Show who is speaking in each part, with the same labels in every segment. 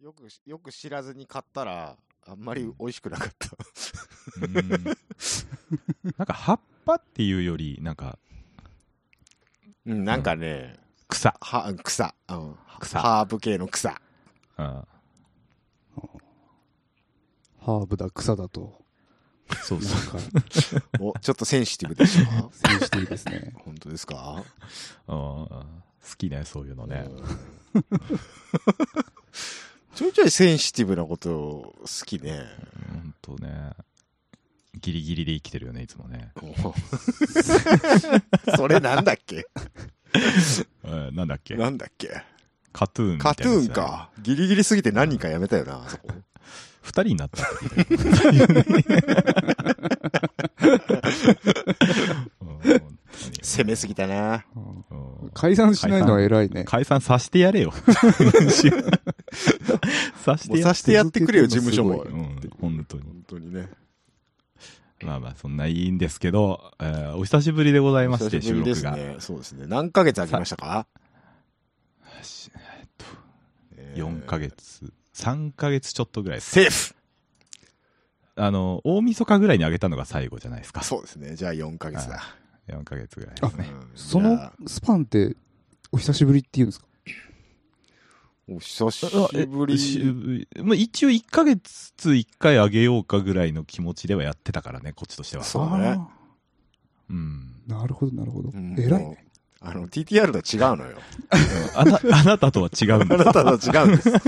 Speaker 1: よく、よく知らずに買ったら、あんまり美味しくなかった。
Speaker 2: うんなんか葉っぱっていうより、なんか
Speaker 1: うん、なんかね、
Speaker 2: 草。
Speaker 1: は、草。うん。
Speaker 2: 草
Speaker 1: ハーブ系の 草。
Speaker 2: うん、
Speaker 3: ハーブだ、草だと、
Speaker 2: そう
Speaker 3: な
Speaker 2: そ
Speaker 3: ん
Speaker 2: う。
Speaker 3: か、
Speaker 1: お、ちょっとセンシティブでしょ
Speaker 3: センシティブですね。
Speaker 1: 本当ですか
Speaker 2: うん、好きね、そういうのね。
Speaker 1: ちょいちょいセンシティブなこと好きね。
Speaker 2: ほんとね。ギリギリで生きてるよね、いつもね。
Speaker 1: それなんだっけ
Speaker 2: うんなんだっけ
Speaker 1: なんだっけ
Speaker 2: カトゥーンみた
Speaker 1: カ
Speaker 2: いなやつ
Speaker 1: ト
Speaker 2: だね
Speaker 1: ゥーン。か。ギリギリすぎて何人かやめたよな、あそこ。
Speaker 2: 二人になったって いううん
Speaker 1: 攻めすぎたな。
Speaker 3: うん
Speaker 2: うん
Speaker 3: 解散しないのは偉いね。
Speaker 2: 解散させて やれよ。さし
Speaker 1: もう
Speaker 2: てや
Speaker 1: さしてやってくれよ、事務所も
Speaker 3: 続。
Speaker 2: うん、本当に。
Speaker 1: 本当にね。
Speaker 2: まあまあ、そんないいんですけど、えーお久しぶりでございまして、
Speaker 1: 久しぶりで
Speaker 2: 収録
Speaker 1: す
Speaker 2: が。
Speaker 1: ね。そうですね。何ヶ月空きましたか
Speaker 2: しえっと4ヶ
Speaker 1: 月。
Speaker 2: 月、3ヶ月ちょっとぐらいです。
Speaker 1: セーフ
Speaker 2: あの、大晦日ぐらいに上げたのが最後じゃないですか。
Speaker 1: そうですね。じゃあ4ヶ月だ。
Speaker 2: 4ヶ月ぐらいです
Speaker 1: うん
Speaker 2: ね。
Speaker 3: その
Speaker 1: じゃあ
Speaker 3: スパンって、お久しぶりって言うんですか
Speaker 1: お久しぶり。
Speaker 2: り。まあ、一応1ヶ月1回上げようかぐらいの気持ちではやってたからね、こっちとしては。
Speaker 1: そうね
Speaker 3: あ
Speaker 2: うん。
Speaker 3: ーなるほど、なるほど。
Speaker 1: うん
Speaker 3: 偉い
Speaker 1: もう
Speaker 3: ね。
Speaker 1: あの、TTR とは違うのよ。
Speaker 2: あな、 あなたとは違うん
Speaker 1: あ
Speaker 2: です。
Speaker 1: なたとは違うんです。
Speaker 3: あ、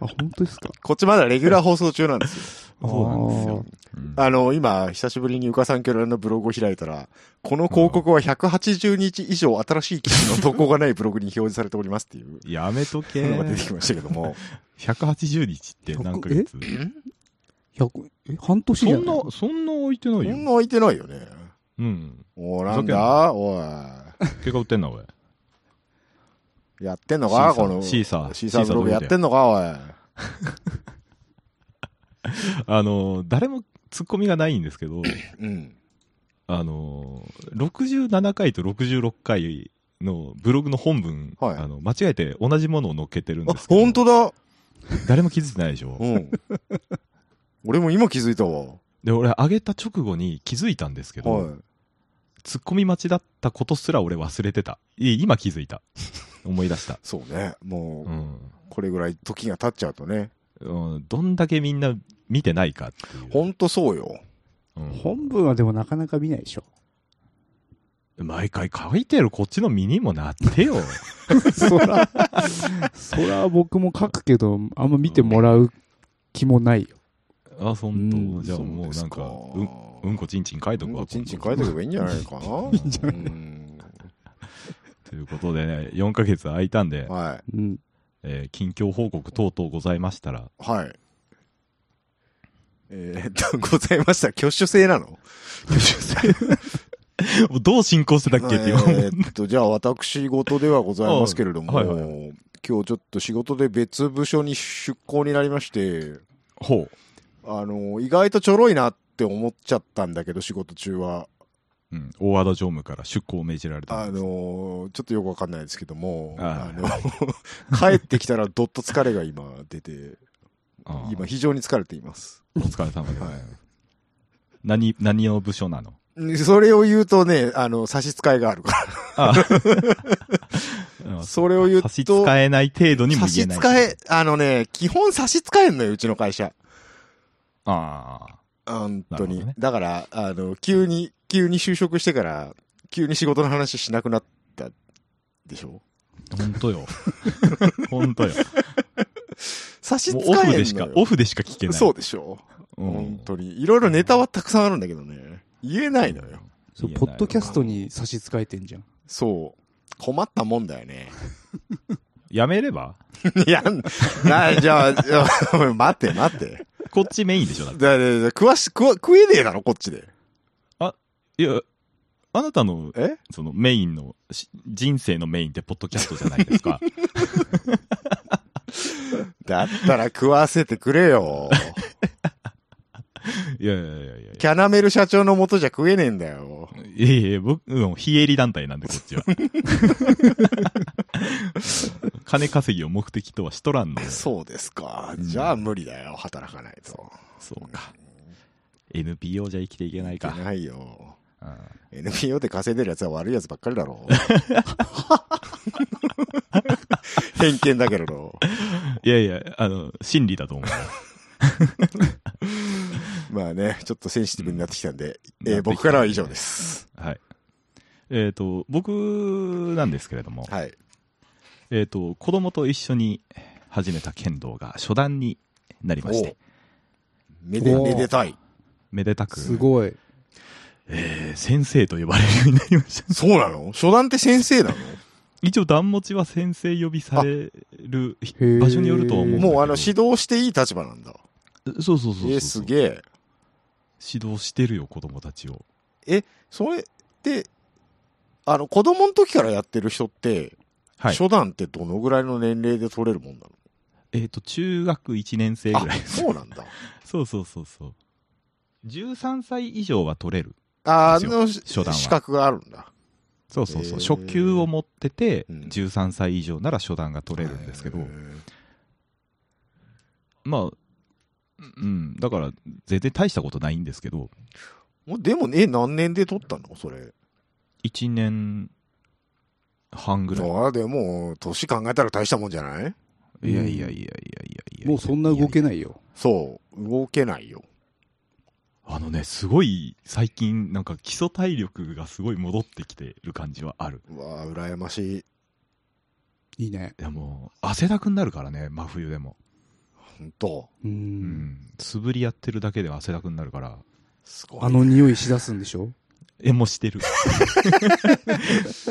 Speaker 3: 本当ですか
Speaker 1: こっちまだレギュラー放送中なんですよ。
Speaker 2: そうなんですよ。うん
Speaker 1: あの、今、久しぶりにゆかさんきょらのブログを開いたら、この広告は180日以上新しい記事の投稿がないブログに表示されておりますっていう
Speaker 2: やめとけ。
Speaker 1: のが出てきましたけども。
Speaker 2: 180日って何ヶ月
Speaker 3: あー。100え、半年じ
Speaker 2: そ
Speaker 3: ゃ
Speaker 2: ん
Speaker 3: ない
Speaker 2: な、そんな置いてな
Speaker 1: こ
Speaker 2: い
Speaker 1: ん
Speaker 2: よ。
Speaker 1: な置いてないよね。
Speaker 2: うん。
Speaker 1: おーなんだお
Speaker 2: 結果売ってんな、おい。
Speaker 1: い。やってんのか
Speaker 2: シーサー
Speaker 1: この。
Speaker 2: シーサー
Speaker 1: シーサーブログやってんのかおい。
Speaker 2: あの、誰もツッコミがないんで すけど、
Speaker 1: うん。
Speaker 2: あの、67回と66回のブログの本文、
Speaker 1: はい
Speaker 2: あの間違えて同じものを載っけてるん
Speaker 1: あ
Speaker 2: です、けど、
Speaker 1: ほんとだ
Speaker 2: 誰も気づいてないでしょ。
Speaker 1: うん。俺も今気づいたわ。
Speaker 2: で、俺、上げた直後に気づいたんですけど、
Speaker 1: は
Speaker 2: ツッコミ待ちだったことすら俺忘れてた。い今気づいた。 思い出した
Speaker 1: い。。そうね。も
Speaker 2: う
Speaker 1: う、
Speaker 2: ん。
Speaker 1: これぐらい時が経っちゃうとね。
Speaker 2: うん、どんだけみんな見てないかっていう。
Speaker 1: ほんとそうよ。
Speaker 2: うん
Speaker 3: 本文はでもなかなか見ないでしょ。
Speaker 2: 毎回書いてるこっちの身にもなっ てよ。
Speaker 3: そら、そら僕も書くけど、あんま見てもらう気もないよ。
Speaker 2: あ、そん
Speaker 3: う
Speaker 2: と。
Speaker 3: ん
Speaker 2: じゃあもうなんか、うん、うんこちんちん書いと
Speaker 1: う
Speaker 2: く
Speaker 1: ん
Speaker 2: わ。
Speaker 1: こちんちん書いとけばいいんじゃ ないかな。いいんじゃない
Speaker 2: ということでね、4ヶ月空いたんで、
Speaker 1: はい。
Speaker 3: うん。
Speaker 2: えー近況報告等々ございました ら、
Speaker 1: はい。えー、っと、ございました。挙手制なの挙手制
Speaker 2: もうどう進行してたっけっていう。
Speaker 1: えーっと、じゃあ私事ではございますけれども、
Speaker 2: はいはい
Speaker 1: 今日ちょっと仕事で別部署に出向になりまして、
Speaker 2: ほ
Speaker 1: あの、意外とちょろいなって思っちゃったんだけど、仕事中は。
Speaker 2: う。うん。大和田常務から出向を命じられた
Speaker 1: あ
Speaker 2: んです。
Speaker 1: の、ちょっとよくわかんないですけども、
Speaker 2: あ
Speaker 1: あの、 帰ってきたらどっと疲れが今出て、
Speaker 2: あー
Speaker 1: 今非常に疲れています。
Speaker 2: お疲れ様でござい
Speaker 1: は
Speaker 2: ま
Speaker 1: い
Speaker 2: す。何、何の部署なの
Speaker 1: それを言うとね、あの、差し支えがあるから。それを言うと
Speaker 2: 差し支えない程度にも
Speaker 1: 差
Speaker 2: 言え
Speaker 1: し
Speaker 2: ない。
Speaker 1: 支え、あのね、基本差し支えんのよ、うちの会社。
Speaker 2: ああ。
Speaker 1: 本当
Speaker 2: なるほ
Speaker 1: に。
Speaker 2: どね
Speaker 1: だから、あの、急に、急に就職してから、急に仕事の話しなくなったでしょ
Speaker 2: 本 当よ。本当よ。
Speaker 1: 差し支
Speaker 2: もう
Speaker 1: えん
Speaker 2: オ
Speaker 1: のよ。
Speaker 2: フでしか、オフでしか聞けない。
Speaker 1: そうでしょ、
Speaker 2: うん。
Speaker 1: 本当に。いろいろネタはたくさんあるんだけどね。言えないのよ。
Speaker 3: そ
Speaker 2: 言
Speaker 3: う
Speaker 2: えない
Speaker 3: ポッドキャストに差し支えてんじゃん。
Speaker 1: そう。困ったもんだよね。
Speaker 2: やめれば
Speaker 1: いや、な、じゃあ、 じゃあ待って待って。
Speaker 2: こっちメインでしょだって
Speaker 1: だだだ食わし、食わ、食えねえだろ、こっちで。
Speaker 2: いや、あなたの、
Speaker 1: え
Speaker 2: そのメインの、し人生のメインってポッドキャストじゃないで すか。
Speaker 1: だったら食わせてくれよ。
Speaker 2: いやいやいやいや
Speaker 1: キャナメル社長のもとじゃ食えねえんだよ。
Speaker 2: いやいや、僕、うん、非営利団体なんで、こっちは。金稼ぎを目的とはしとらんのよ。
Speaker 1: そうですか。
Speaker 2: うん
Speaker 1: じゃあ無理だよ、働かないと。
Speaker 2: そうか。NPO じゃ生きていけない
Speaker 1: いけ
Speaker 2: か。
Speaker 1: ないよ。
Speaker 2: うん
Speaker 1: NPO で稼いでるやつは悪いやつばっかりだ ろう。偏見だけれど。
Speaker 2: いやいや、あの、真理だと思う。
Speaker 1: まあね、ちょっとセンシティブになってきたんで、
Speaker 2: うん
Speaker 1: えー
Speaker 2: なってきた
Speaker 1: 僕からは以上です。
Speaker 2: はい。えっ、と、僕なんですけれども、
Speaker 1: はい。
Speaker 2: えっ、と、子供と一緒に始めた剣道が初段になりまして、
Speaker 1: めで、
Speaker 3: おー
Speaker 1: めでたい。
Speaker 2: めでたく、
Speaker 3: すごい。
Speaker 2: えー先生と呼ばれるようになりました。
Speaker 1: そうなの初段って先生なの
Speaker 2: 一応、段持ちは先生呼びされるひ
Speaker 3: へー
Speaker 2: 場所によるとは思うんだけど。
Speaker 1: もうあの、指導していい立場なんだ。
Speaker 2: そうそうそうそう
Speaker 1: えー、すげえ。
Speaker 2: 指導してるよ、子供たちを。
Speaker 1: それって、あの、子供の時からやってる人って、
Speaker 2: はい。
Speaker 1: 初段ってどのぐらいの年齢で取れるもんなの
Speaker 2: えっ、と、中学1年生ぐらい。
Speaker 1: あ、そうなんだ。
Speaker 2: そうそうそうそう。13歳以上は取れる。
Speaker 1: あー
Speaker 2: で
Speaker 1: あ
Speaker 2: すよ
Speaker 1: の、
Speaker 2: 初段は
Speaker 1: 資格があるんだ。
Speaker 2: そうそうそう。
Speaker 1: へー
Speaker 2: 初級を持ってて、
Speaker 1: うん
Speaker 2: 13歳以上なら初段が取れるんですけど、
Speaker 1: へー
Speaker 2: まあ、うん、だから、全然大したことないんですけど、
Speaker 1: もうでもね、何年で取ったのそれ。
Speaker 2: 1年半ぐら
Speaker 1: ああ、でも、年考えたら大したもんじゃない
Speaker 2: い。いやいやいやいやいやいや
Speaker 3: もうそんな動け
Speaker 2: いや。
Speaker 3: ないよ。
Speaker 1: そう、動けないよ。
Speaker 2: あのね、すごい、最近、なんか基礎体力がすごい戻ってきてる感じはある。
Speaker 1: うわあ、羨ましい。
Speaker 3: いいね。
Speaker 2: いやもう、汗だくになるからね、真冬でも。
Speaker 1: ほんと。
Speaker 3: う。
Speaker 2: うんん。素振りやってるだけで汗だくになるから。
Speaker 1: すごい。
Speaker 3: あの、匂いしだすんでしょ
Speaker 2: え、もうして る。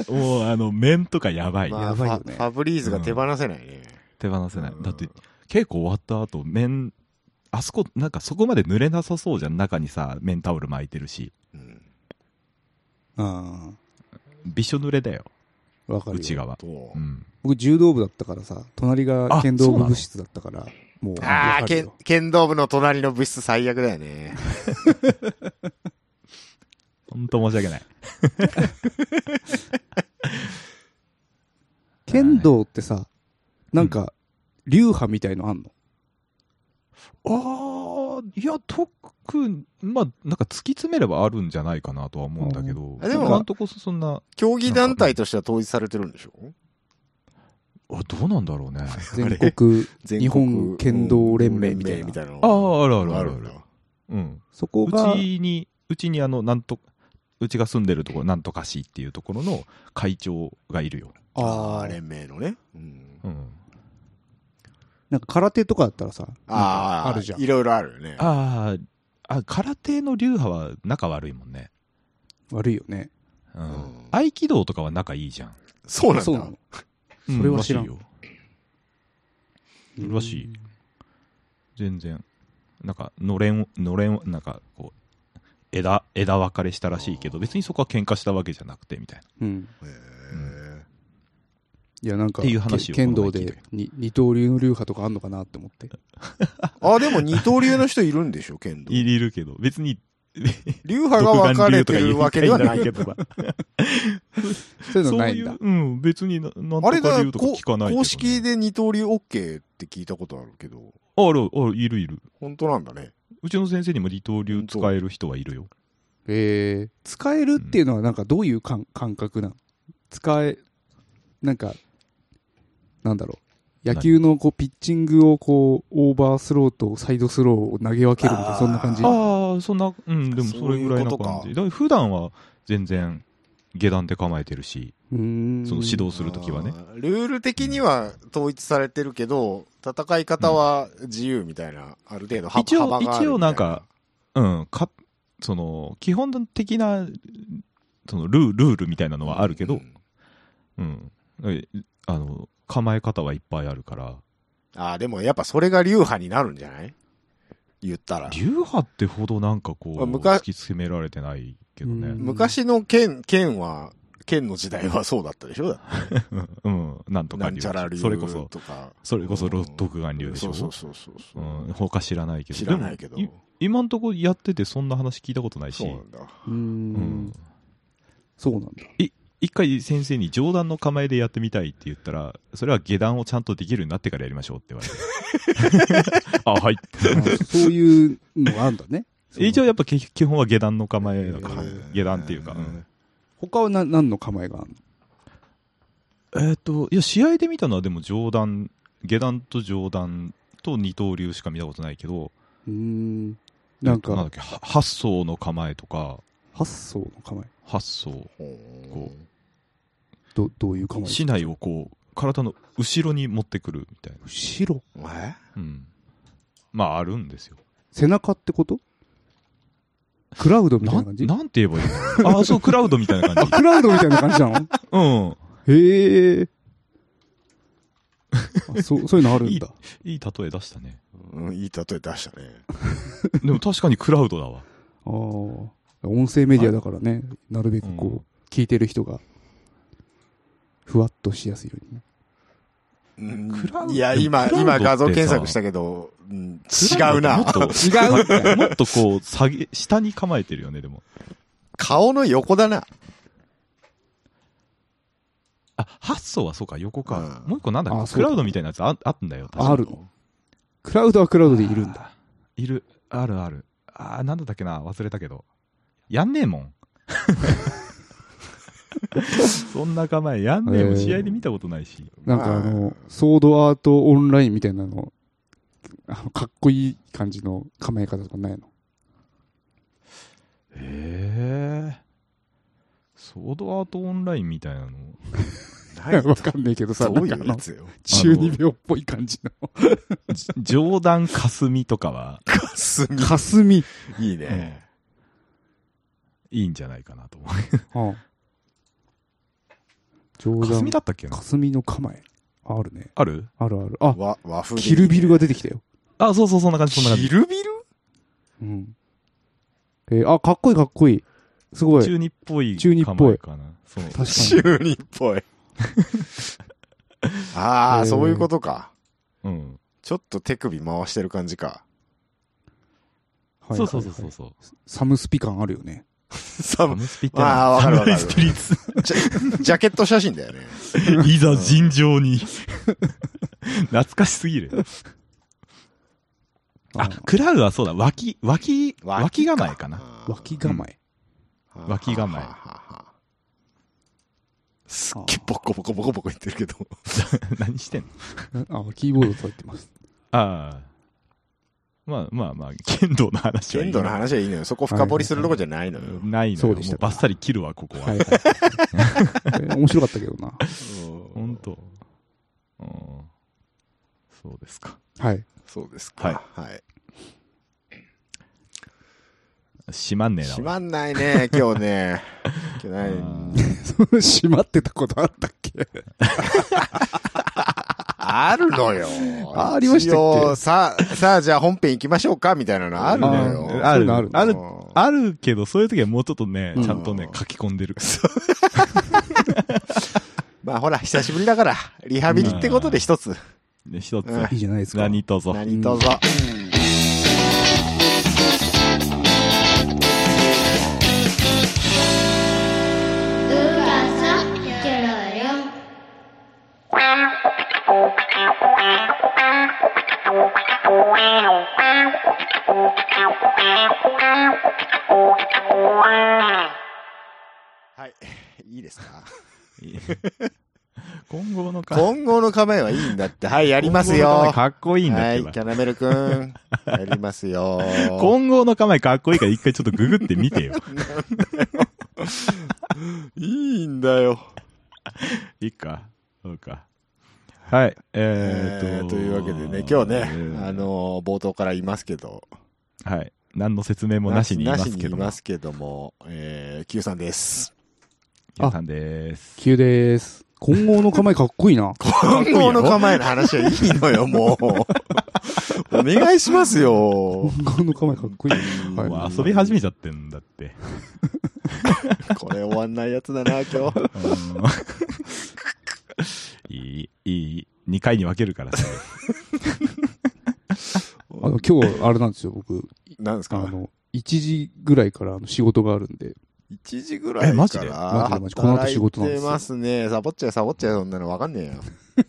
Speaker 2: もう、あの、面とかやばい。
Speaker 1: まあ
Speaker 3: やばいよね
Speaker 1: ファファブリーズが手放せないね。
Speaker 2: 手放せない
Speaker 1: うん。
Speaker 2: だって、稽古終わった後、面、あそこ、なんかそこまで濡れなさそうじゃん。中にさ、面タオル巻いてるし。
Speaker 1: うん。
Speaker 3: あ
Speaker 2: びしょ濡れだよ、
Speaker 3: あ。わかるよ。
Speaker 2: 内側。
Speaker 1: と
Speaker 2: うん。
Speaker 3: 僕柔道部だったからさ、隣が剣道部部室だったから、もう。
Speaker 1: ああ、
Speaker 3: わかる
Speaker 1: 剣
Speaker 3: よ
Speaker 1: 剣道部の隣の部室最悪だよ ね。
Speaker 2: ほんと申し訳ない。
Speaker 3: 剣道ってさ、なんか、流派みたいのあんの
Speaker 2: ああ、いや、特に、まあ、なんか突き詰めればあるんじゃないかなとは思うんだけど。
Speaker 1: あでも
Speaker 2: 今んとこそんな、
Speaker 1: 競技団体としては統一されてるんでしょ
Speaker 2: あ、どうなんだろ うね。
Speaker 3: 全国。
Speaker 1: 全
Speaker 3: 日本剣道連盟みたいな
Speaker 1: 連なの
Speaker 2: ああ、あるある
Speaker 1: あ
Speaker 2: あ
Speaker 1: る
Speaker 2: る
Speaker 1: ある
Speaker 2: ある。。うん。
Speaker 3: そこ
Speaker 2: う
Speaker 3: が、
Speaker 2: ちに、うちにあの、なんと、うちが住んでるところ、なんとか市っていうところの会長がいるよ。
Speaker 1: あ
Speaker 3: あ
Speaker 1: あ、
Speaker 3: れ。
Speaker 1: 連盟のね。うん
Speaker 2: うん。
Speaker 3: なんか空手とかだったらさ、なん
Speaker 1: あ
Speaker 3: か
Speaker 1: あ、
Speaker 3: あるじゃん
Speaker 1: い。ろいろあるよね。
Speaker 2: あーあ、空手の流派は仲悪いもんね。
Speaker 3: 悪いよね。
Speaker 2: うん。
Speaker 1: うん
Speaker 2: 合気道とかは仲いいじゃん。
Speaker 1: そうなん
Speaker 3: そうな
Speaker 1: だ
Speaker 3: の。。それは知らん
Speaker 2: うらしいよ。らしい。全然。なんか、のれん、のれん、なんか、こう、枝、枝分かれしたらしいけど、別にそこは喧嘩したわけじゃなくて、みたいな。
Speaker 3: うん。
Speaker 1: へえ
Speaker 3: いや、なんか、
Speaker 2: っていう話を
Speaker 3: け剣道
Speaker 2: この前聞い
Speaker 3: で
Speaker 2: た
Speaker 3: に二刀流の流派とかあんのかなって思って。
Speaker 1: あ、でも二刀流の人いるんでしょ、剣道。
Speaker 2: いるいるけど、別に、
Speaker 1: 流派が分かれてるわ けではない。
Speaker 2: ど。
Speaker 3: そういうのないんだ。
Speaker 2: そういう、うん、別にな、なん
Speaker 1: あれ
Speaker 2: と
Speaker 1: だ
Speaker 2: か理由とか
Speaker 1: こ
Speaker 2: 聞かないけどね、
Speaker 1: 公式で二刀流 OK って聞いたことあるけど、
Speaker 2: ある、ある、いるいる。
Speaker 1: 本当なんだね。
Speaker 2: うちの先生にも二刀流使える人はいるよ。
Speaker 3: えー、使えるっていうのはなんかどういう感感覚なの使え、なんか、なんだろう。野球のこうピッチングをこう、オーバースローとサイドスローを投げ分けるみた
Speaker 1: あー
Speaker 3: いな、そんな感じ。
Speaker 2: ああ、そんな、うん、でもそれぐらいな
Speaker 1: そういうことか
Speaker 2: 感じ。だから普段は全然下段で構えてるし、
Speaker 3: うーん
Speaker 2: その指導するときはね
Speaker 1: あ。ー。ルール的には統一されてるけど、戦い方は自由みたいな、ある程度は
Speaker 2: 一
Speaker 1: 幅
Speaker 2: 応
Speaker 1: があるみたい
Speaker 2: 一応なんか、うん、か、その、基本的な、そのルールールみたいなのはあるけ
Speaker 1: う
Speaker 2: ど、
Speaker 1: ん
Speaker 2: うん、えあの、構え方はいっぱいあるから、
Speaker 1: あーでもやっぱそれが流派になるんじゃない言ったら。
Speaker 2: 流派ってほどなんかこう、
Speaker 1: あ昔
Speaker 2: 突き詰められてないけど
Speaker 3: うん
Speaker 2: ね。
Speaker 1: 昔の剣、剣は、剣の時代はそうだったでしょだって
Speaker 2: うん、なんとか
Speaker 1: なん
Speaker 2: 流
Speaker 1: ちゃら流
Speaker 2: それこそ、
Speaker 1: とか。
Speaker 2: それこそろ独眼流でしょ。
Speaker 1: そうそうそうそう。
Speaker 2: うん、他知らないけど。
Speaker 1: 知らないけど。
Speaker 2: でもい今んとこやっててそんな話聞いたことないし
Speaker 1: そうな、んだ。
Speaker 3: うーん
Speaker 2: うん
Speaker 3: そうなんだ。
Speaker 2: い一回先生に上段の構えでやってみたいって言ったら、それは下段をちゃんとできるようになってからやりましょうって言わ れて。あ、はい。
Speaker 3: あそういうのがあるんだね。
Speaker 2: 一応やっぱ基基本は下段の構えだから
Speaker 1: へー、
Speaker 2: 下段っていうか。うん
Speaker 3: 他はな何の構えがあるの
Speaker 2: えーっと、いや、試合で見たのはでも上段、下段と上段と二刀流しか見たことないけど、
Speaker 3: うーん。なん
Speaker 2: えっとなんだっ、
Speaker 3: か
Speaker 2: け、は八層の構えとか、
Speaker 3: 八層の構え。
Speaker 2: 八層、
Speaker 1: こ
Speaker 3: どどういう構え
Speaker 2: 竹刀をこう、体の後ろに持ってくるみたいな。
Speaker 3: 後ろ
Speaker 1: う。え
Speaker 2: うん。まあ、あるんですよ。
Speaker 3: 背中ってことクラウドみたい
Speaker 2: な
Speaker 3: なん感じ
Speaker 2: なんて言えばいいのああ、そう、クラウドみたいな感じ。
Speaker 3: クラウドみたいな感じな の
Speaker 2: うん。
Speaker 3: へえ。あそう、そういうのあるんだ。
Speaker 2: いい例え出したね。
Speaker 1: うん、いい例え出したね。
Speaker 2: でも確かにクラウドだわ。
Speaker 3: ああ。音声メディアだからね、なるべくこう、
Speaker 2: うん
Speaker 3: 聞いてる人が、ふわっとしやすいように
Speaker 1: う
Speaker 3: ね。
Speaker 1: ん
Speaker 2: クラウド
Speaker 1: いや、今、
Speaker 2: クラウド
Speaker 1: 今
Speaker 2: って
Speaker 1: 画像
Speaker 2: さ
Speaker 1: 検索したけど、うん違う
Speaker 2: もっ
Speaker 1: な。
Speaker 2: と、違う。もっとこう、下げ、下に構えてるよね、でも。
Speaker 1: 顔の横だな。
Speaker 2: あ、発想はそうか、横か。
Speaker 1: うん
Speaker 2: もう一個なんだ
Speaker 3: あ
Speaker 2: っけ
Speaker 3: そう
Speaker 2: ク
Speaker 3: だ
Speaker 2: ラウドみたいなやつああったんだよ。確か
Speaker 3: あるのクラウドはクラウドでいるんだ。
Speaker 2: いる。あるある。あー、なんだったっけな、忘れたけど。やんねえもん。そんな構え、やんねえも
Speaker 3: え
Speaker 2: ん。
Speaker 3: ー
Speaker 2: 試合で見たことないし。
Speaker 3: なんかあの、ソードアートオンラインみたいなの、あのかっこいい感じの構え方とかないの
Speaker 2: へえ。ソードアートオンラインみたいなの。
Speaker 1: ない
Speaker 3: わかんないけどさ、
Speaker 1: どうい
Speaker 3: なんか
Speaker 1: う
Speaker 3: あの
Speaker 1: や、つよ。
Speaker 3: 12秒っぽい感じの。
Speaker 2: じ 上段霞とかは
Speaker 1: すご
Speaker 3: 霞。
Speaker 1: いいいね。
Speaker 2: いいんじゃないかなと思
Speaker 3: はあ、冗
Speaker 2: う。
Speaker 3: 談。
Speaker 2: 霞だったっけな
Speaker 3: 霞の構え。あるね。
Speaker 2: ある
Speaker 3: あるある。あ、
Speaker 1: わ和風でいい
Speaker 3: キ
Speaker 1: ね
Speaker 3: ルビルが出てきたよ。
Speaker 2: あ、そうそう、そんな感じ、そんな感
Speaker 1: キ
Speaker 2: じ。
Speaker 1: ルビル
Speaker 3: うん。えーあ、かっこいいかっこいい。すごい。
Speaker 2: 中二っぽい。
Speaker 3: 中二っぽい
Speaker 2: かな。そう。
Speaker 3: 確か
Speaker 1: 中二っぽい。あ
Speaker 3: え
Speaker 1: あ、
Speaker 3: ー
Speaker 1: そういうことか。
Speaker 2: うん。
Speaker 1: ちょっと手首回してる感じか。
Speaker 3: に。。
Speaker 2: そうそうそうそううそう。
Speaker 3: サムスピ感あるよね。
Speaker 1: サ
Speaker 2: サ
Speaker 1: ム、
Speaker 2: ムスピって
Speaker 1: ああ、わかるわかる。
Speaker 2: サム
Speaker 1: ジャジャケット写真だよね。
Speaker 2: いざ尋常に。懐かし すぎる。あ、クラウはそうだ、脇、脇、脇構えかな。
Speaker 1: あー
Speaker 3: 脇構え。
Speaker 1: はあ
Speaker 2: 脇構え
Speaker 1: はあはあはあすっげえボコボコボコボコ言ってるけど。
Speaker 2: 何してんの
Speaker 3: あ、キーボードと入ってます。
Speaker 2: ああ。まあまあまあ、剣道の話はいい
Speaker 1: 剣道
Speaker 2: な。
Speaker 1: の話はいいのよ。そこ深掘りするとこじゃないのよ。
Speaker 2: ないの
Speaker 3: そ
Speaker 2: よ。
Speaker 3: う
Speaker 2: も
Speaker 3: でした
Speaker 2: う
Speaker 3: か
Speaker 2: バッサリ切るわ、ここは。
Speaker 3: はいはい。えー面白かったけどな。
Speaker 1: う
Speaker 2: ほ
Speaker 1: ん
Speaker 2: んと。うん。そうですか。
Speaker 3: はい。
Speaker 1: そうですか。はい。
Speaker 2: しまんねえな。
Speaker 1: 閉
Speaker 2: 俺
Speaker 1: まんないね、今日ね。今日ない
Speaker 2: うん
Speaker 3: そう閉まってたことあったっけ。
Speaker 1: あるのよ
Speaker 3: あありました
Speaker 1: 一
Speaker 3: っけ
Speaker 1: 応さあ、さあ、じゃあ本編行きましょうかみたいなのあるの
Speaker 3: あ
Speaker 1: よ。
Speaker 3: ー
Speaker 2: あ
Speaker 3: そういうのある
Speaker 2: る。ある。
Speaker 1: うん
Speaker 2: あるけど、そういう時はもうちょっとね
Speaker 3: う、ん
Speaker 2: ちゃんとね、書き込んでる。
Speaker 1: まあほら、久しぶりだから、リハビリってことで一つ。
Speaker 2: ね 一つ。
Speaker 1: うん
Speaker 3: いいじゃないですか。
Speaker 2: 何とぞ。
Speaker 1: 何とぞ。
Speaker 4: 噂ケロよ。
Speaker 1: はい。いいですか
Speaker 2: 今後のか。
Speaker 1: 今後の構えはいいんだって。はい、やりますよ。
Speaker 2: 今後の構えかっこいいんだ
Speaker 1: は
Speaker 2: って
Speaker 1: い、キ
Speaker 2: ば。
Speaker 1: ャナメルくん。やりますよ。
Speaker 2: 今後の構えかっこいいから一回ちょっとググってみ てよ。
Speaker 1: いいんだよ。
Speaker 2: いいか。そうか。はい。え
Speaker 1: え
Speaker 2: ー
Speaker 1: ーと
Speaker 2: と。
Speaker 1: いうわけでね、今日ね
Speaker 2: え、ー
Speaker 1: あ、のー冒頭から言いますけど、
Speaker 2: はい。何の説明もなしに言いま
Speaker 1: なし
Speaker 2: すけど
Speaker 1: に言い
Speaker 2: も
Speaker 1: ま。すけども、えー、Q さんです。
Speaker 2: 皆さんです。
Speaker 3: 急でーす。混合の構えかっこいいな。
Speaker 1: 今後の構えの話はいいのよ、もう。お願いしますよ。
Speaker 3: 混合の構えかっこいい。はい。
Speaker 2: もう遊び始めちゃってんだって。
Speaker 1: これ終わんないやつだな、今日。
Speaker 2: いい、いい、2回に分けるからさ。
Speaker 3: あの、今日、あれなんですよ、僕。
Speaker 1: なんです
Speaker 3: あ
Speaker 1: か
Speaker 3: の、1時ぐらいからあの仕事があるんで、
Speaker 1: 1時ぐらい
Speaker 2: えマジで
Speaker 1: から
Speaker 3: マジでマジこの後仕事なんです
Speaker 1: 働い
Speaker 3: よ
Speaker 1: てますね。サボっちゃえ、サボっちゃえ、そんなのわかんね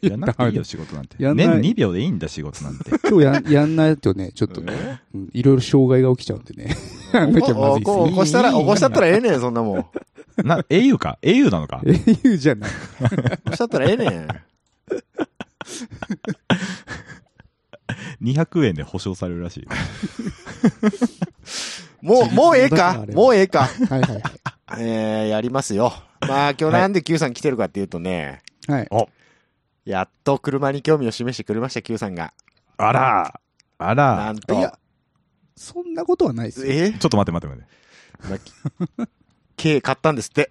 Speaker 1: えよ。
Speaker 2: やんなくていい
Speaker 3: ダメ
Speaker 2: よ、仕事なんて。
Speaker 3: や
Speaker 2: 年
Speaker 3: んない
Speaker 2: 2秒でいいんだ、仕事なんて。
Speaker 3: 今日やんやんないとね、ちょっとね、
Speaker 1: え
Speaker 3: うんいろいろ障害が起きちゃうんでね。 めちゃまず
Speaker 1: お
Speaker 3: いっすね
Speaker 1: こ起こしたら、起こしたったらええねん、そんなもん。起
Speaker 2: な、au か ?au なのか
Speaker 3: au じゃない。
Speaker 1: こしたったらええねん。
Speaker 2: ?200 円で保証されるらしい。
Speaker 1: もう、もうええ
Speaker 3: だから
Speaker 1: か
Speaker 3: あれは
Speaker 1: もうええか
Speaker 3: はいはいは
Speaker 1: えー、やります よ。まあ、今日なんで Q さん来てるかっていうとね、
Speaker 3: い。はい。
Speaker 1: やっと車に興味を示してくれました、Q さんが。
Speaker 2: あらあ
Speaker 1: な
Speaker 2: ら
Speaker 1: ん
Speaker 3: い
Speaker 1: と。
Speaker 3: や、そんなことはないですよ。
Speaker 1: え
Speaker 2: ちょっと待って待って待って。
Speaker 1: まあ、K 買ったんですって。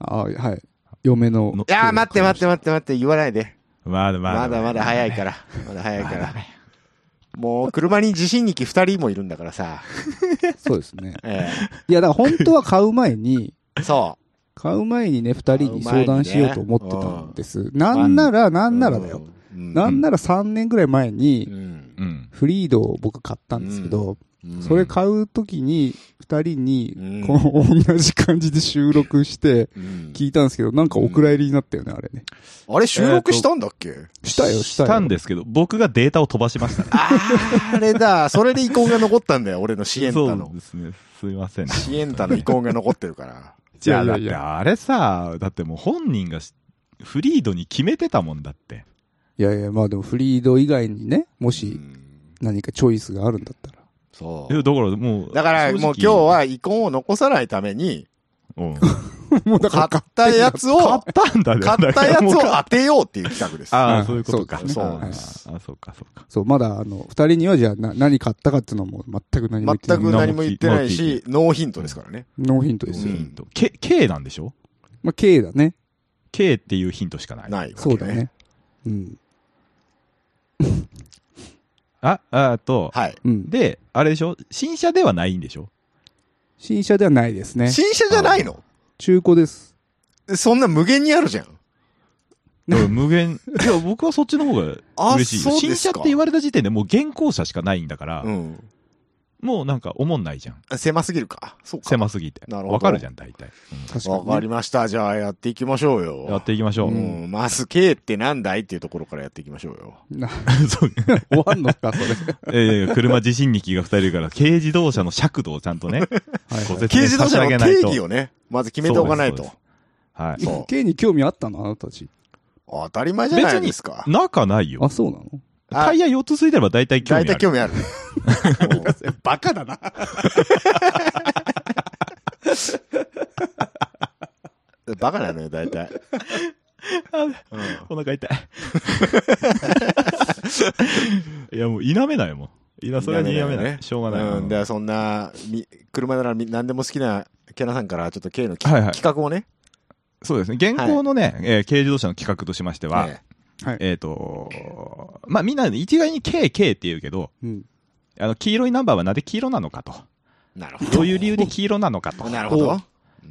Speaker 3: あはい。嫁の。
Speaker 2: の
Speaker 1: いやー、待って待って待って待って、言わないで。
Speaker 2: まだまだ。
Speaker 1: まだまだ早いから。まだ早いから。もう、車に自信にき二人もいるんだからさ。
Speaker 3: そうですね。
Speaker 1: え
Speaker 3: いや、だから本当は買う前に、
Speaker 1: え そ
Speaker 3: 買う前にね、二人に相談しようと思ってたんです。なんなら、な
Speaker 1: う。
Speaker 3: んならだよ。
Speaker 1: うん。
Speaker 3: なんなら3年ぐらい前
Speaker 1: う
Speaker 3: に、
Speaker 1: ん。
Speaker 2: うん。
Speaker 3: フリードを僕買ったんですけど、
Speaker 1: うん
Speaker 3: それ買うときに、
Speaker 1: う
Speaker 3: 二人に
Speaker 1: ん、
Speaker 3: この同じ感じで収録して、
Speaker 1: うん
Speaker 3: 聞いたんですけど、なんかお蔵入りになったよね、あれね。
Speaker 1: あれ収録したんだっけ、
Speaker 3: したよ、したよ。
Speaker 2: んですけど、僕がデータを飛ばしましたね。
Speaker 1: あーあれだ。それで遺恨が残ったんだよ、俺のシエンタ
Speaker 2: そう
Speaker 1: の
Speaker 2: で。すね。すいません。
Speaker 1: シエンタの遺恨が残ってるから。
Speaker 2: じゃあ、
Speaker 3: い
Speaker 2: だ
Speaker 3: や
Speaker 2: っ
Speaker 3: いやい
Speaker 2: て
Speaker 3: や
Speaker 2: あれさ、だってもう本人がしフリードに決めてたもんだって。
Speaker 3: いやいや、まあでもフリード以外にね、も
Speaker 1: う
Speaker 3: し
Speaker 1: ん
Speaker 3: 何かチョイスがあるんだったら。
Speaker 1: そ
Speaker 2: えだ
Speaker 1: う。
Speaker 2: からもう。
Speaker 1: だからもう今日は遺恨を残さないために、
Speaker 2: 正直。
Speaker 3: もうだ
Speaker 1: 買
Speaker 3: か
Speaker 1: ったやつ
Speaker 2: うん買
Speaker 1: を、
Speaker 2: ったんだね。
Speaker 1: 買ったやつを
Speaker 2: だからも
Speaker 1: 当
Speaker 2: う
Speaker 1: てようっていう企画です。
Speaker 2: あ
Speaker 3: う
Speaker 2: あ、
Speaker 3: ん
Speaker 2: そういうことか。
Speaker 3: そう
Speaker 1: ですね
Speaker 2: あー
Speaker 1: はい
Speaker 2: あー、そうか、そうか。
Speaker 3: そう、まだあの、二人にはじゃあな何買ったかっていうのはもう全く何も
Speaker 1: 全
Speaker 3: 言ってない。
Speaker 1: く何も言ってない
Speaker 2: 何も聞
Speaker 1: し、ノーヒントですからね。
Speaker 3: ノーヒントです
Speaker 1: う
Speaker 3: よ。
Speaker 1: ん
Speaker 2: K、K なんでしょ
Speaker 3: まあ K だね。
Speaker 2: ?K っていうヒントしかない。
Speaker 1: ないわけね。
Speaker 3: そうだね。うん。
Speaker 2: あ、あと、
Speaker 1: はい。
Speaker 3: うん。で、
Speaker 2: で、あれでしょ新車ではないんでしょ
Speaker 3: 新車ではないですね。
Speaker 1: 新車じゃないの
Speaker 3: 中古です。
Speaker 1: そんな無限にあるじゃん。
Speaker 2: だから無限。いや、僕はそっちの方が
Speaker 1: あ
Speaker 2: 嬉しい
Speaker 1: そ
Speaker 2: よ。
Speaker 1: うで
Speaker 2: 新
Speaker 1: すか
Speaker 2: 車って言われた時点でもう現行車しかないんだから、
Speaker 1: うん。
Speaker 2: もうなんか思んないじゃん。
Speaker 1: 狭すぎるか。そうか。
Speaker 2: 狭すぎて。
Speaker 1: なるほど
Speaker 2: わかるじゃん、大体。う
Speaker 3: 確かに、
Speaker 1: わかりました。じゃあやっていきましょうよ。
Speaker 2: んやっていきましょう。
Speaker 1: う
Speaker 2: うん
Speaker 1: ん、マス K ってなんだいっていうところからやっていきましょうよ。
Speaker 3: な
Speaker 2: そう
Speaker 3: 終わんのか、それ。
Speaker 2: いやいや車自身に気が二人いるから、軽自動車の尺度をちゃんとね、
Speaker 3: はい
Speaker 2: ご
Speaker 3: は
Speaker 2: 説
Speaker 1: 軽
Speaker 2: 明
Speaker 1: 自動
Speaker 2: 差し
Speaker 1: 車
Speaker 2: 上げ
Speaker 1: の
Speaker 2: な
Speaker 1: 定
Speaker 2: いと。
Speaker 1: 義をね、まず決めておかない
Speaker 2: そ
Speaker 1: と
Speaker 2: うです。。はいい。
Speaker 1: そう
Speaker 3: K に興味あったのあなたたち。
Speaker 1: 当たり前じゃないですか。
Speaker 2: 中ないよ
Speaker 3: あ、。そうなの
Speaker 1: あ
Speaker 2: タイヤ4つついてれば大体興
Speaker 1: 大
Speaker 2: 味あ
Speaker 1: 体
Speaker 2: る。
Speaker 1: 興味ある。
Speaker 3: バカだな。
Speaker 1: うんバカなのよ、大体。うん
Speaker 2: お腹痛 い。いや、もう否めないもん。いや、それは否めない。しょうがない。
Speaker 1: うん、ではそんな、み車ならみ何でも好きなキャナさんから、ちょっと K のき、
Speaker 2: はいはい
Speaker 1: 企画をね。
Speaker 2: そうですね。現行のね、えー軽自動車の企画としましては、
Speaker 1: ええ
Speaker 2: えっ、と、まあみんな一概に KK って言うけど、
Speaker 3: うん。
Speaker 2: あの、黄色いナンバーはなぜ黄色なのかと。
Speaker 1: なるほど。
Speaker 2: どういう理由で黄色なのかと。
Speaker 1: なるほど。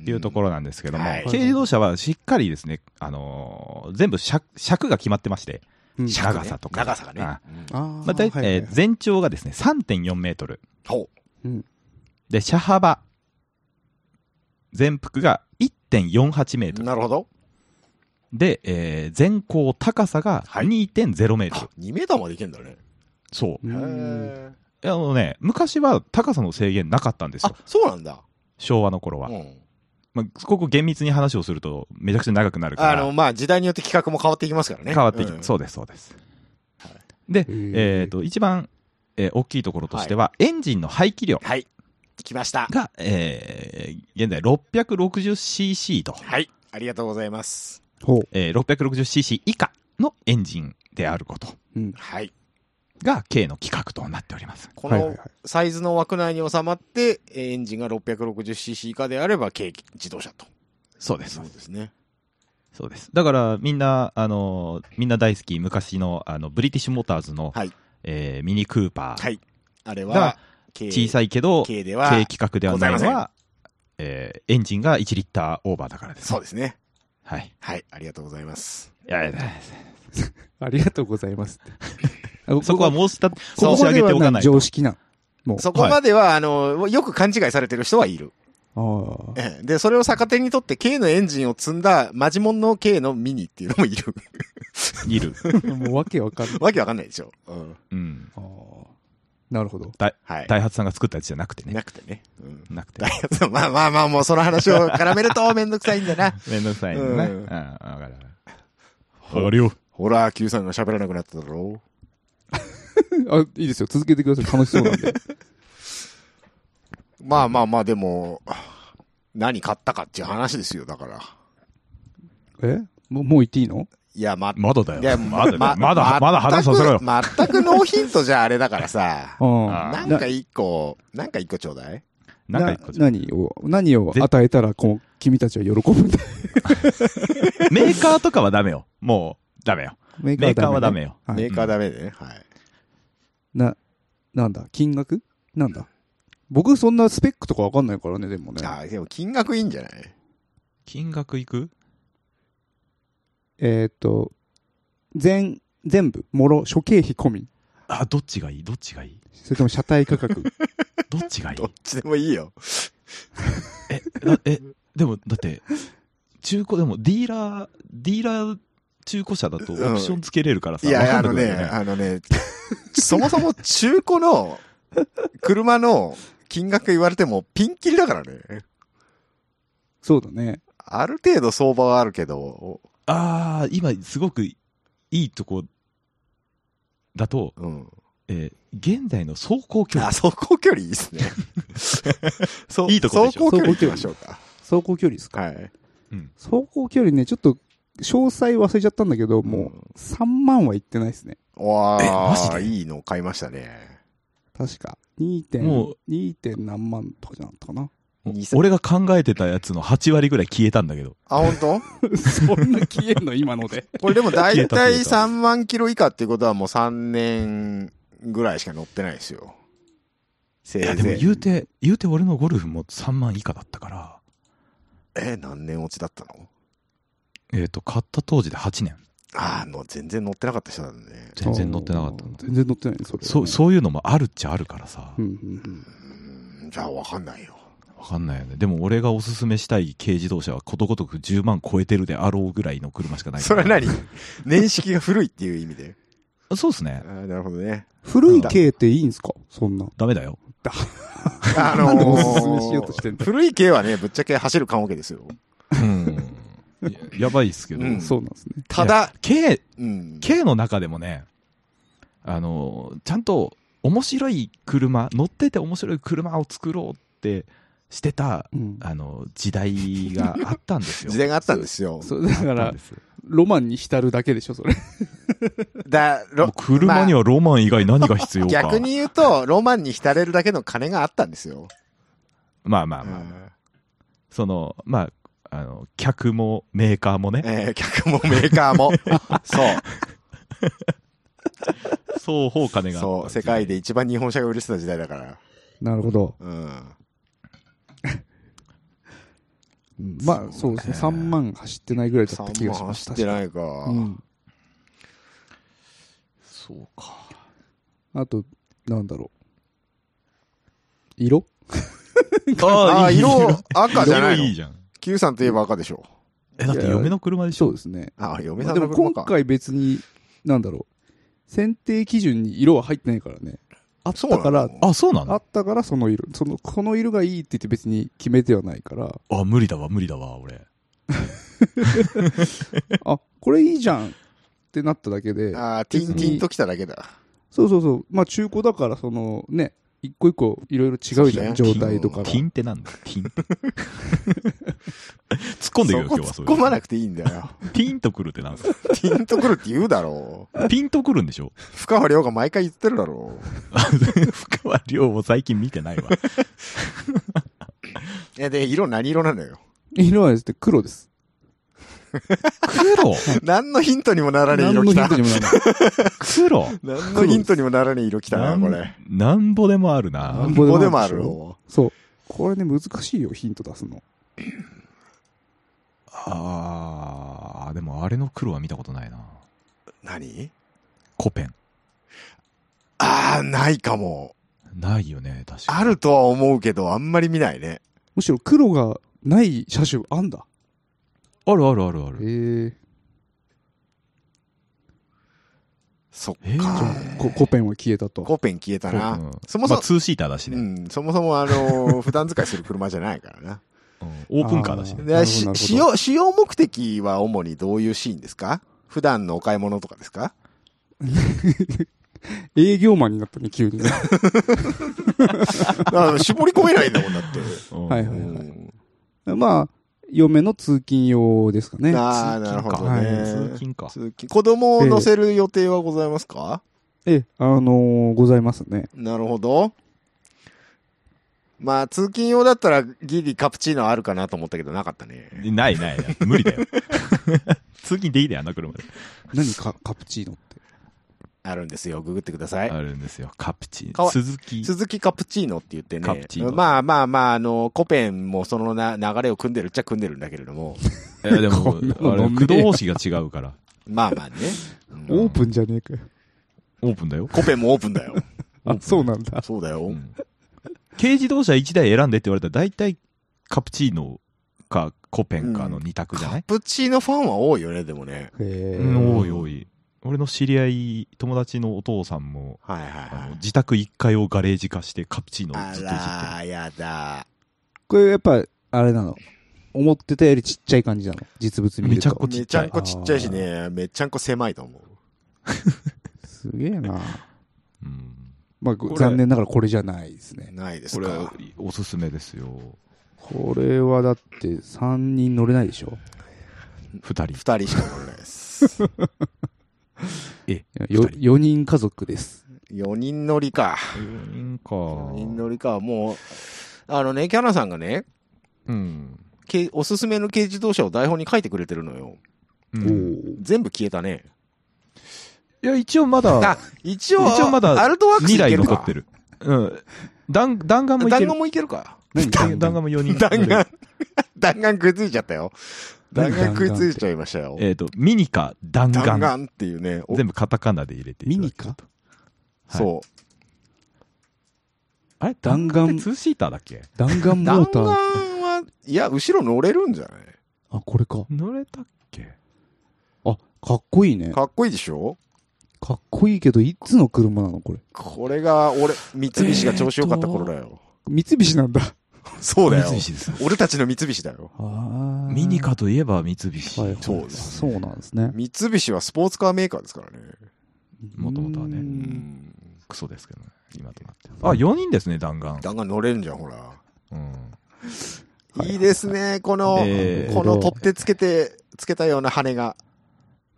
Speaker 2: いうところなんですけども、
Speaker 1: うんはい
Speaker 2: 軽自動車はしっかりですね、あのー全部尺尺が決まってまして、
Speaker 3: うん
Speaker 2: シャ
Speaker 1: 尺ね
Speaker 2: 長さとか
Speaker 1: 長さがね。
Speaker 2: あ
Speaker 1: うん
Speaker 3: あー
Speaker 2: まあ大
Speaker 3: はいはい
Speaker 2: え
Speaker 3: はい
Speaker 2: ー全長がですね、3.4メートル。
Speaker 1: ほ
Speaker 2: で、車幅、全幅が1.48メー
Speaker 1: う。
Speaker 2: トル。
Speaker 1: なるほど。
Speaker 2: で、えー全高高さが
Speaker 1: はい
Speaker 2: 2.0メートル。
Speaker 1: あ、2メーターまでいけんだね。
Speaker 2: そうう。
Speaker 3: ん
Speaker 1: へ
Speaker 2: あのね、昔は高さの制限なかったんです
Speaker 1: ーあ
Speaker 2: よ。、
Speaker 1: そうなんだ。
Speaker 2: 昭和の頃は。
Speaker 1: うん
Speaker 2: まあ、ここ厳密に話をすると、めちゃくちゃ長くなるか
Speaker 1: あ
Speaker 2: ら
Speaker 1: の、、まあ、時代によって企画も変わっていきますからね。
Speaker 2: 変わっていき、
Speaker 1: うん
Speaker 2: そうです、そうです。で、えっ、と、一番、えー大きいところとしては、エンジンの排気量
Speaker 1: はい。来ました。
Speaker 2: が、えー現在 660cc と、
Speaker 1: はい。ありがとうございます。
Speaker 3: ほう。
Speaker 2: えー 660cc 以下のエンジンであること
Speaker 3: うん。
Speaker 1: はい。
Speaker 2: が、K の企画となっております。
Speaker 1: こ
Speaker 3: はいはい
Speaker 1: の
Speaker 3: はい
Speaker 1: サイズの枠内に収まって、えーエンジンが 660cc 以下であれば、軽自動車と。
Speaker 2: そうです
Speaker 1: そうですね。
Speaker 2: そうです。だから、みんな、あの、みんな大好き、昔の、あの、ブリティッシュモーターズの、
Speaker 1: はい
Speaker 2: えーミニクーパー
Speaker 1: はい。あれ
Speaker 2: が
Speaker 1: は、軽
Speaker 2: 小さいけど、
Speaker 1: 軽では
Speaker 2: 軽、規格ではない
Speaker 1: ご
Speaker 2: の
Speaker 1: ざいま
Speaker 2: は、えーエンジンが1リッターオーバーだからです。
Speaker 1: そうですね。
Speaker 2: はい。
Speaker 1: はい。ありがとうございます。
Speaker 2: いやいやいや
Speaker 3: ありがとうございます って。
Speaker 2: そこは申し立て
Speaker 3: ここ
Speaker 2: 申し上げておかないと。
Speaker 3: 常識なん。もう。
Speaker 1: そこまでは、あの、よく勘違いされてる人はいる。
Speaker 3: ああ。
Speaker 1: ええで、それを逆手にとって K のエンジンを積んだマジモンの K のミニっていうのもいる。
Speaker 2: いる。
Speaker 3: もうわけわかんない。
Speaker 1: わけわかんないでしょ。うん。
Speaker 2: うん。
Speaker 3: ああ。なるほど。
Speaker 2: だ
Speaker 1: はい。
Speaker 2: ダイハツさんが作ったやつじゃなくてね。
Speaker 1: なくてね。うん。
Speaker 2: なくて
Speaker 1: ダ。イハツまあまあまあ、もうその話を絡めるとめんどくさいんだ な。
Speaker 2: めんどくさいのね。
Speaker 1: う
Speaker 2: うんん、わかるわかる。わかるよ。
Speaker 1: ほら、Q さんが喋らなくなっただろ
Speaker 3: あ、いいですよ。続けてください。楽しそうな んで。
Speaker 1: う。まあまあまあ、でも、何買ったかっていう話ですよ、だから。
Speaker 3: えもう、もう言っていいの
Speaker 1: いや、ま、
Speaker 2: まだだよ。
Speaker 1: いや、
Speaker 2: まだだよ、まだ、まだ話させろよ。
Speaker 1: 全くノーヒントじゃあれだからさ。
Speaker 3: あ
Speaker 2: あ
Speaker 1: なんか一個、なんか一個ちょうだい
Speaker 2: なんか一個じゃん
Speaker 3: 何を、何を与えたら、こう、君たちは喜ぶんだ。
Speaker 2: メーカーとかはダメよ。もう、ダメよ。
Speaker 3: メ
Speaker 2: メーカーはダ
Speaker 3: ね
Speaker 2: メよ。
Speaker 3: はい
Speaker 1: メーカーダメでね。はい。
Speaker 3: な、なんだ金額なんだ僕、そんなスペックとかわかんないからね、でもね。
Speaker 1: あーでも金額いいんじゃない
Speaker 2: 金額いく
Speaker 3: えーっと、全、全部、もろ、諸経費込み。
Speaker 2: あ、どっちがいいどっちがいい
Speaker 3: それとも車体 価格。
Speaker 2: どっちがいい
Speaker 1: どっちでもいいよ。
Speaker 2: え、だえ、でも、だって、中古、でも、ディーラー、ディーラー中古車だとオプションつけれるからさ。
Speaker 1: い
Speaker 2: わ
Speaker 1: や、
Speaker 2: か
Speaker 1: あ
Speaker 2: んな
Speaker 1: の
Speaker 2: くなる
Speaker 1: ね、
Speaker 2: よ
Speaker 1: あのね、そもそも中古の車の金額言われてもピンキリだからね。
Speaker 3: そうだね。
Speaker 1: ある程度相場はあるけど、
Speaker 2: ああ、今、すごくいいとこだと、
Speaker 1: うん。
Speaker 2: えー現在の走行 距
Speaker 1: あ、
Speaker 2: 離。
Speaker 1: 走行距離いいっす ね。そ
Speaker 2: いいとこ
Speaker 1: 走
Speaker 2: でし
Speaker 1: 行
Speaker 2: ょ
Speaker 1: 距離行きましょうか。
Speaker 3: 走行距離ですか。
Speaker 1: はい。
Speaker 3: 走行距離ね、ちょっと、詳細忘れちゃったんだけど、もう、3万はいってないですね。
Speaker 1: わ
Speaker 2: えマ
Speaker 1: あ、
Speaker 2: ジで
Speaker 1: いいの買いましたね。
Speaker 3: 確か。2点、
Speaker 2: もう
Speaker 3: 2. 点何万とかじゃなかったかな。
Speaker 1: 2000
Speaker 2: 俺が考えてたやつの8割ぐらい消えたんだけど。
Speaker 1: あ、 本
Speaker 3: そんな消えんの今ので。
Speaker 1: 当？これでも大
Speaker 2: 消えた消
Speaker 1: 体
Speaker 2: えた
Speaker 1: 3万キロ以下っていうことはもう3年ぐらいしか乗ってないですよ。せ
Speaker 2: いや、
Speaker 1: い
Speaker 2: でも
Speaker 1: ぜ
Speaker 2: 言。
Speaker 1: いう
Speaker 2: て、言うて俺のゴルフも3万以下だったから、
Speaker 1: え、何年落ちだったの
Speaker 2: えっ、と、買った当時で8年。
Speaker 1: ああ、もう全然乗ってなかった人なんだね。
Speaker 2: 全然乗ってなかったの
Speaker 3: あー全然乗ってないねそれはね、
Speaker 2: そう、そういうのもあるっちゃあるからさ
Speaker 3: う。んうんうん。
Speaker 1: うんじゃあわかんないよ。
Speaker 2: わかんないよね。でも俺がおすすめしたい軽自動車はことごとく10万超えてるであろうぐらいの車しかない
Speaker 1: それは
Speaker 2: ない
Speaker 1: 何年式が古いっていう意味で。
Speaker 2: そうです
Speaker 1: あ
Speaker 2: ね。
Speaker 1: ーなるほどね。
Speaker 3: 古い系っていいんすかそんな。
Speaker 2: ダメだよ。
Speaker 1: あ
Speaker 3: なんで
Speaker 1: の
Speaker 3: おすすめしようとしてん
Speaker 1: ー、古い系はね、ぶっちゃけ走る棺桶ですよ。
Speaker 2: うん。ややばいっすけど。
Speaker 1: うん
Speaker 3: そうなんですね。
Speaker 1: ただ、
Speaker 2: 軽、
Speaker 1: うん。
Speaker 2: 軽の中でもね、あの、ちゃんと面白い車、乗ってて面白い車を作ろうってしてた、
Speaker 3: うん。
Speaker 2: あの、時代があったんです よ。
Speaker 1: 時代があったんですよ。
Speaker 3: そうだか
Speaker 2: あった
Speaker 3: ら
Speaker 2: んで、す
Speaker 3: ロマンに浸るだけでしょ、それ。
Speaker 1: だ、
Speaker 2: も
Speaker 1: ろ
Speaker 2: う車にはロマン以外何が必要か。
Speaker 1: 逆に言うと、ロマンに浸れるだけの金があったんですよ。
Speaker 2: まあまあまあ、その、まあ、あの、客もメーカーもね、
Speaker 1: えー客もメーカーも。そう。
Speaker 2: 双方金があっ
Speaker 1: そう。
Speaker 2: た
Speaker 1: 世界で。一番日本車が売れてた時代だから。
Speaker 3: なるほど。
Speaker 1: うん。
Speaker 3: まあ、そうですね。3万走ってないぐらいだった気
Speaker 1: 3
Speaker 3: が
Speaker 1: 万
Speaker 3: しまし
Speaker 1: 走
Speaker 3: た。
Speaker 1: ってない
Speaker 3: 確
Speaker 1: か
Speaker 3: か。うん。
Speaker 2: そうか。
Speaker 3: あと、なんだろう。色
Speaker 1: ああ、色、赤じゃない
Speaker 2: 色いい
Speaker 1: の
Speaker 2: じゃん。
Speaker 1: ?Q さんといえば赤でしょ。
Speaker 2: え、だって嫁の車でしょ
Speaker 3: そうですね。
Speaker 1: ああ、嫁さ
Speaker 3: まあ
Speaker 1: ん
Speaker 3: で
Speaker 1: の
Speaker 3: も
Speaker 1: 車
Speaker 3: 今
Speaker 1: か。
Speaker 3: 回別に、なんだろう。選定基準に色は入ってないからね。あっ
Speaker 1: そうな
Speaker 3: た
Speaker 1: の
Speaker 3: から、
Speaker 2: あ、そうな
Speaker 3: あ
Speaker 2: の
Speaker 3: ったからその色。その、この色がいいって言って別に決めてはないから、
Speaker 2: あ、無理だわ、無理だわ、俺。
Speaker 3: あ、これいいじゃんってなっただけで、
Speaker 1: ああ、ティンティンと来ただけだ。
Speaker 3: そうそうそう。まあ中古だから、そのね、一個一個いろいろ違うじゃん、
Speaker 1: そうね
Speaker 3: 状態とかが。
Speaker 2: ティンってなんだよティンって。 突っ込んでいくよ、今日は
Speaker 1: そ
Speaker 2: そ
Speaker 1: こ突っ込まな
Speaker 2: れ。
Speaker 1: くていいんだよ。
Speaker 2: ティンとくるってなんすか
Speaker 1: ティンと来るって言うだろう。
Speaker 2: ピンとくるんでしょ
Speaker 1: 深川亮が毎回言ってるだろう。
Speaker 2: 深川亮も最近見て ないわ。
Speaker 1: え、で、色何色なのよ。
Speaker 3: 色はですね、黒です。
Speaker 2: 黒
Speaker 1: 何のヒントにもならねえ色
Speaker 3: 何の
Speaker 1: 来た
Speaker 3: ヒント。にもならない。
Speaker 2: 黒
Speaker 1: 何のヒントにもならねえ色来たな、これ。
Speaker 2: なんなんぼでもあるな
Speaker 3: なん
Speaker 1: ここで
Speaker 3: で
Speaker 1: も
Speaker 3: も
Speaker 1: あ
Speaker 3: あ
Speaker 1: る
Speaker 3: るでしょ
Speaker 1: よ。
Speaker 3: そう。これね、難しいよ、ヒント出すの。
Speaker 2: あー、でもあれの黒は見たことないな。
Speaker 1: 何
Speaker 2: コペン。
Speaker 1: ああ、ないかも。
Speaker 2: ないよね、確かに。
Speaker 1: あるとは思うけど、あんまり見ないね。
Speaker 3: むしろ黒がない車種あんだ。
Speaker 2: あるあるあるある。
Speaker 3: え
Speaker 1: そっ
Speaker 2: えー
Speaker 1: か。
Speaker 3: え。ココペンは消えたと。
Speaker 1: コペン消えたな。
Speaker 2: うん
Speaker 1: そもそも、
Speaker 2: まあ、ツーシーターだし
Speaker 1: う
Speaker 2: ね。
Speaker 1: ん、そもそもあのー普段使いする車じゃないからな。
Speaker 2: うんオープンカーだし
Speaker 3: あ
Speaker 2: ね。
Speaker 3: なるほど
Speaker 1: でし
Speaker 3: なるほど
Speaker 1: 使用、使用目的は主にどういうシーンですか普段のお買い物とかですか
Speaker 3: 営業マンになったね、急にね。
Speaker 1: だから絞り込めないんだもんだって。
Speaker 2: うん
Speaker 3: はいは
Speaker 1: う
Speaker 3: い
Speaker 1: ん
Speaker 3: まあ、嫁の通勤用ですかね。
Speaker 1: ああ、なるほど
Speaker 3: はい
Speaker 1: ね。
Speaker 2: 通勤か。
Speaker 1: 通勤子供を乗せる予定はございますか、
Speaker 3: ええ、あのーございますね。
Speaker 1: なるほど。まあ、通勤用だったらギリカプチーノあるかなと思ったけど、なかったね。
Speaker 2: ないないない。無理だよ。 通勤できない、あの車で。
Speaker 3: 何か、カプチーノって。
Speaker 1: あるんですよ。ググってください。
Speaker 2: あるんですよ。カプチ
Speaker 1: かわ
Speaker 2: ー。鈴木。
Speaker 1: 鈴木カプチーノって言って
Speaker 2: カプ
Speaker 1: ね
Speaker 2: チーノ、
Speaker 1: まあまあまあ、あの、コペンもそのな流れを組んでるっちゃ組んでるんだけれども、
Speaker 2: いやでも、
Speaker 3: こんなの
Speaker 2: あれ、
Speaker 3: 飲ん
Speaker 2: 駆
Speaker 3: で
Speaker 2: 動方式が違うから。
Speaker 1: まあまあ ね。うん
Speaker 3: オープンじゃねえかよ。
Speaker 2: オープンだよ。
Speaker 1: コペンもオープンだよ。
Speaker 3: あ、そうなんだ。
Speaker 1: そうだよ。
Speaker 2: うん軽自動車1台選んでって言われたら、大体カプチーノかコペンかの2択じゃな
Speaker 1: カ
Speaker 2: い、
Speaker 1: プチーノファンは多いよね、でもね。
Speaker 3: へえ。
Speaker 2: うんおいおい。俺の知り合い、友達のお父さんも、
Speaker 1: はいはい
Speaker 2: あの
Speaker 1: はい。
Speaker 2: 自宅1階をガレージ化してカプチーノを
Speaker 1: あ
Speaker 2: ずっといじって
Speaker 1: らー、やだ。
Speaker 3: これやっぱ、あれなの。思ってたよりちっちゃい感じなの。実物見ると。
Speaker 2: めちゃくち
Speaker 1: めちゃんこちっちゃいしね、めちゃんこ狭いと思う。
Speaker 3: すげえな。
Speaker 2: る。うん
Speaker 3: まあ、
Speaker 2: れ
Speaker 3: 残念ながらこれじゃないですね。
Speaker 1: ないです
Speaker 2: これは
Speaker 1: か。
Speaker 2: おすすめですよ。
Speaker 3: これはだって3人乗れないでしょ。
Speaker 2: 2人。
Speaker 1: 二人しか乗れないです。
Speaker 2: え、
Speaker 3: よ
Speaker 2: 二人
Speaker 3: 4人家族です。
Speaker 1: 四人乗りか。
Speaker 2: 4人か。
Speaker 1: 四人乗りか。もう、あのね、キャナさんがね、
Speaker 2: うん。
Speaker 1: けおすすめの軽自動車を台本に書いてくれてるのよ。
Speaker 2: うん
Speaker 3: お。
Speaker 1: 全部消えたね。
Speaker 2: いや、一応まだ
Speaker 1: あ、、一応、
Speaker 2: 一応まだ
Speaker 1: アルトワックス
Speaker 2: 2
Speaker 1: いけ
Speaker 2: 台
Speaker 1: る
Speaker 2: 残
Speaker 1: か。
Speaker 2: ってる。うん。弾弾丸もいけ
Speaker 1: 弾
Speaker 2: る
Speaker 1: 丸。もいけるか。
Speaker 3: 何
Speaker 2: 弾弾丸も4人。
Speaker 1: 弾丸、 弾丸食いついちゃったよ。弾
Speaker 3: 何
Speaker 1: 丸食いついちゃいましたよ。
Speaker 2: えっと、ミニか弾
Speaker 1: 弾
Speaker 2: 丸。
Speaker 1: 丸っていうね。お
Speaker 2: 全部カタカナで入れていただけると
Speaker 3: ミニか
Speaker 2: はい
Speaker 1: そ
Speaker 2: あれ弾
Speaker 3: 弾
Speaker 2: 丸
Speaker 3: 丸
Speaker 2: ってツーシーターだっけ
Speaker 3: 弾丸
Speaker 1: う。
Speaker 3: モ
Speaker 1: 弾
Speaker 3: ータ
Speaker 1: 丸
Speaker 3: ー。
Speaker 1: は、いや、後ろ乗れるんじゃな
Speaker 3: あ、これか。
Speaker 2: 乗れたっけ
Speaker 3: あ、かっこいいね
Speaker 1: い。かっこいいでしょ
Speaker 3: かっこいいけど、いつの車なのこれ。
Speaker 1: これが、俺、三菱が調子良かった頃だよ。
Speaker 3: 三菱なんだ。
Speaker 1: そうだよ。
Speaker 2: 三菱です。
Speaker 1: 俺たちの三菱だよ。
Speaker 3: あ
Speaker 2: ミニ。カといえば三菱。
Speaker 3: はい、
Speaker 1: そうです
Speaker 3: そうなんですね。
Speaker 1: 三菱はスポーツカーメーカーですからね。
Speaker 2: もともとはね
Speaker 3: う
Speaker 1: うんん。
Speaker 2: クソですけどね。今となって。あ、4人ですね、弾丸。
Speaker 1: 弾丸乗れるんじゃん、ほら。
Speaker 2: うん。
Speaker 1: いいですね、この、
Speaker 2: えー
Speaker 1: この取ってつけて、つけたような羽が。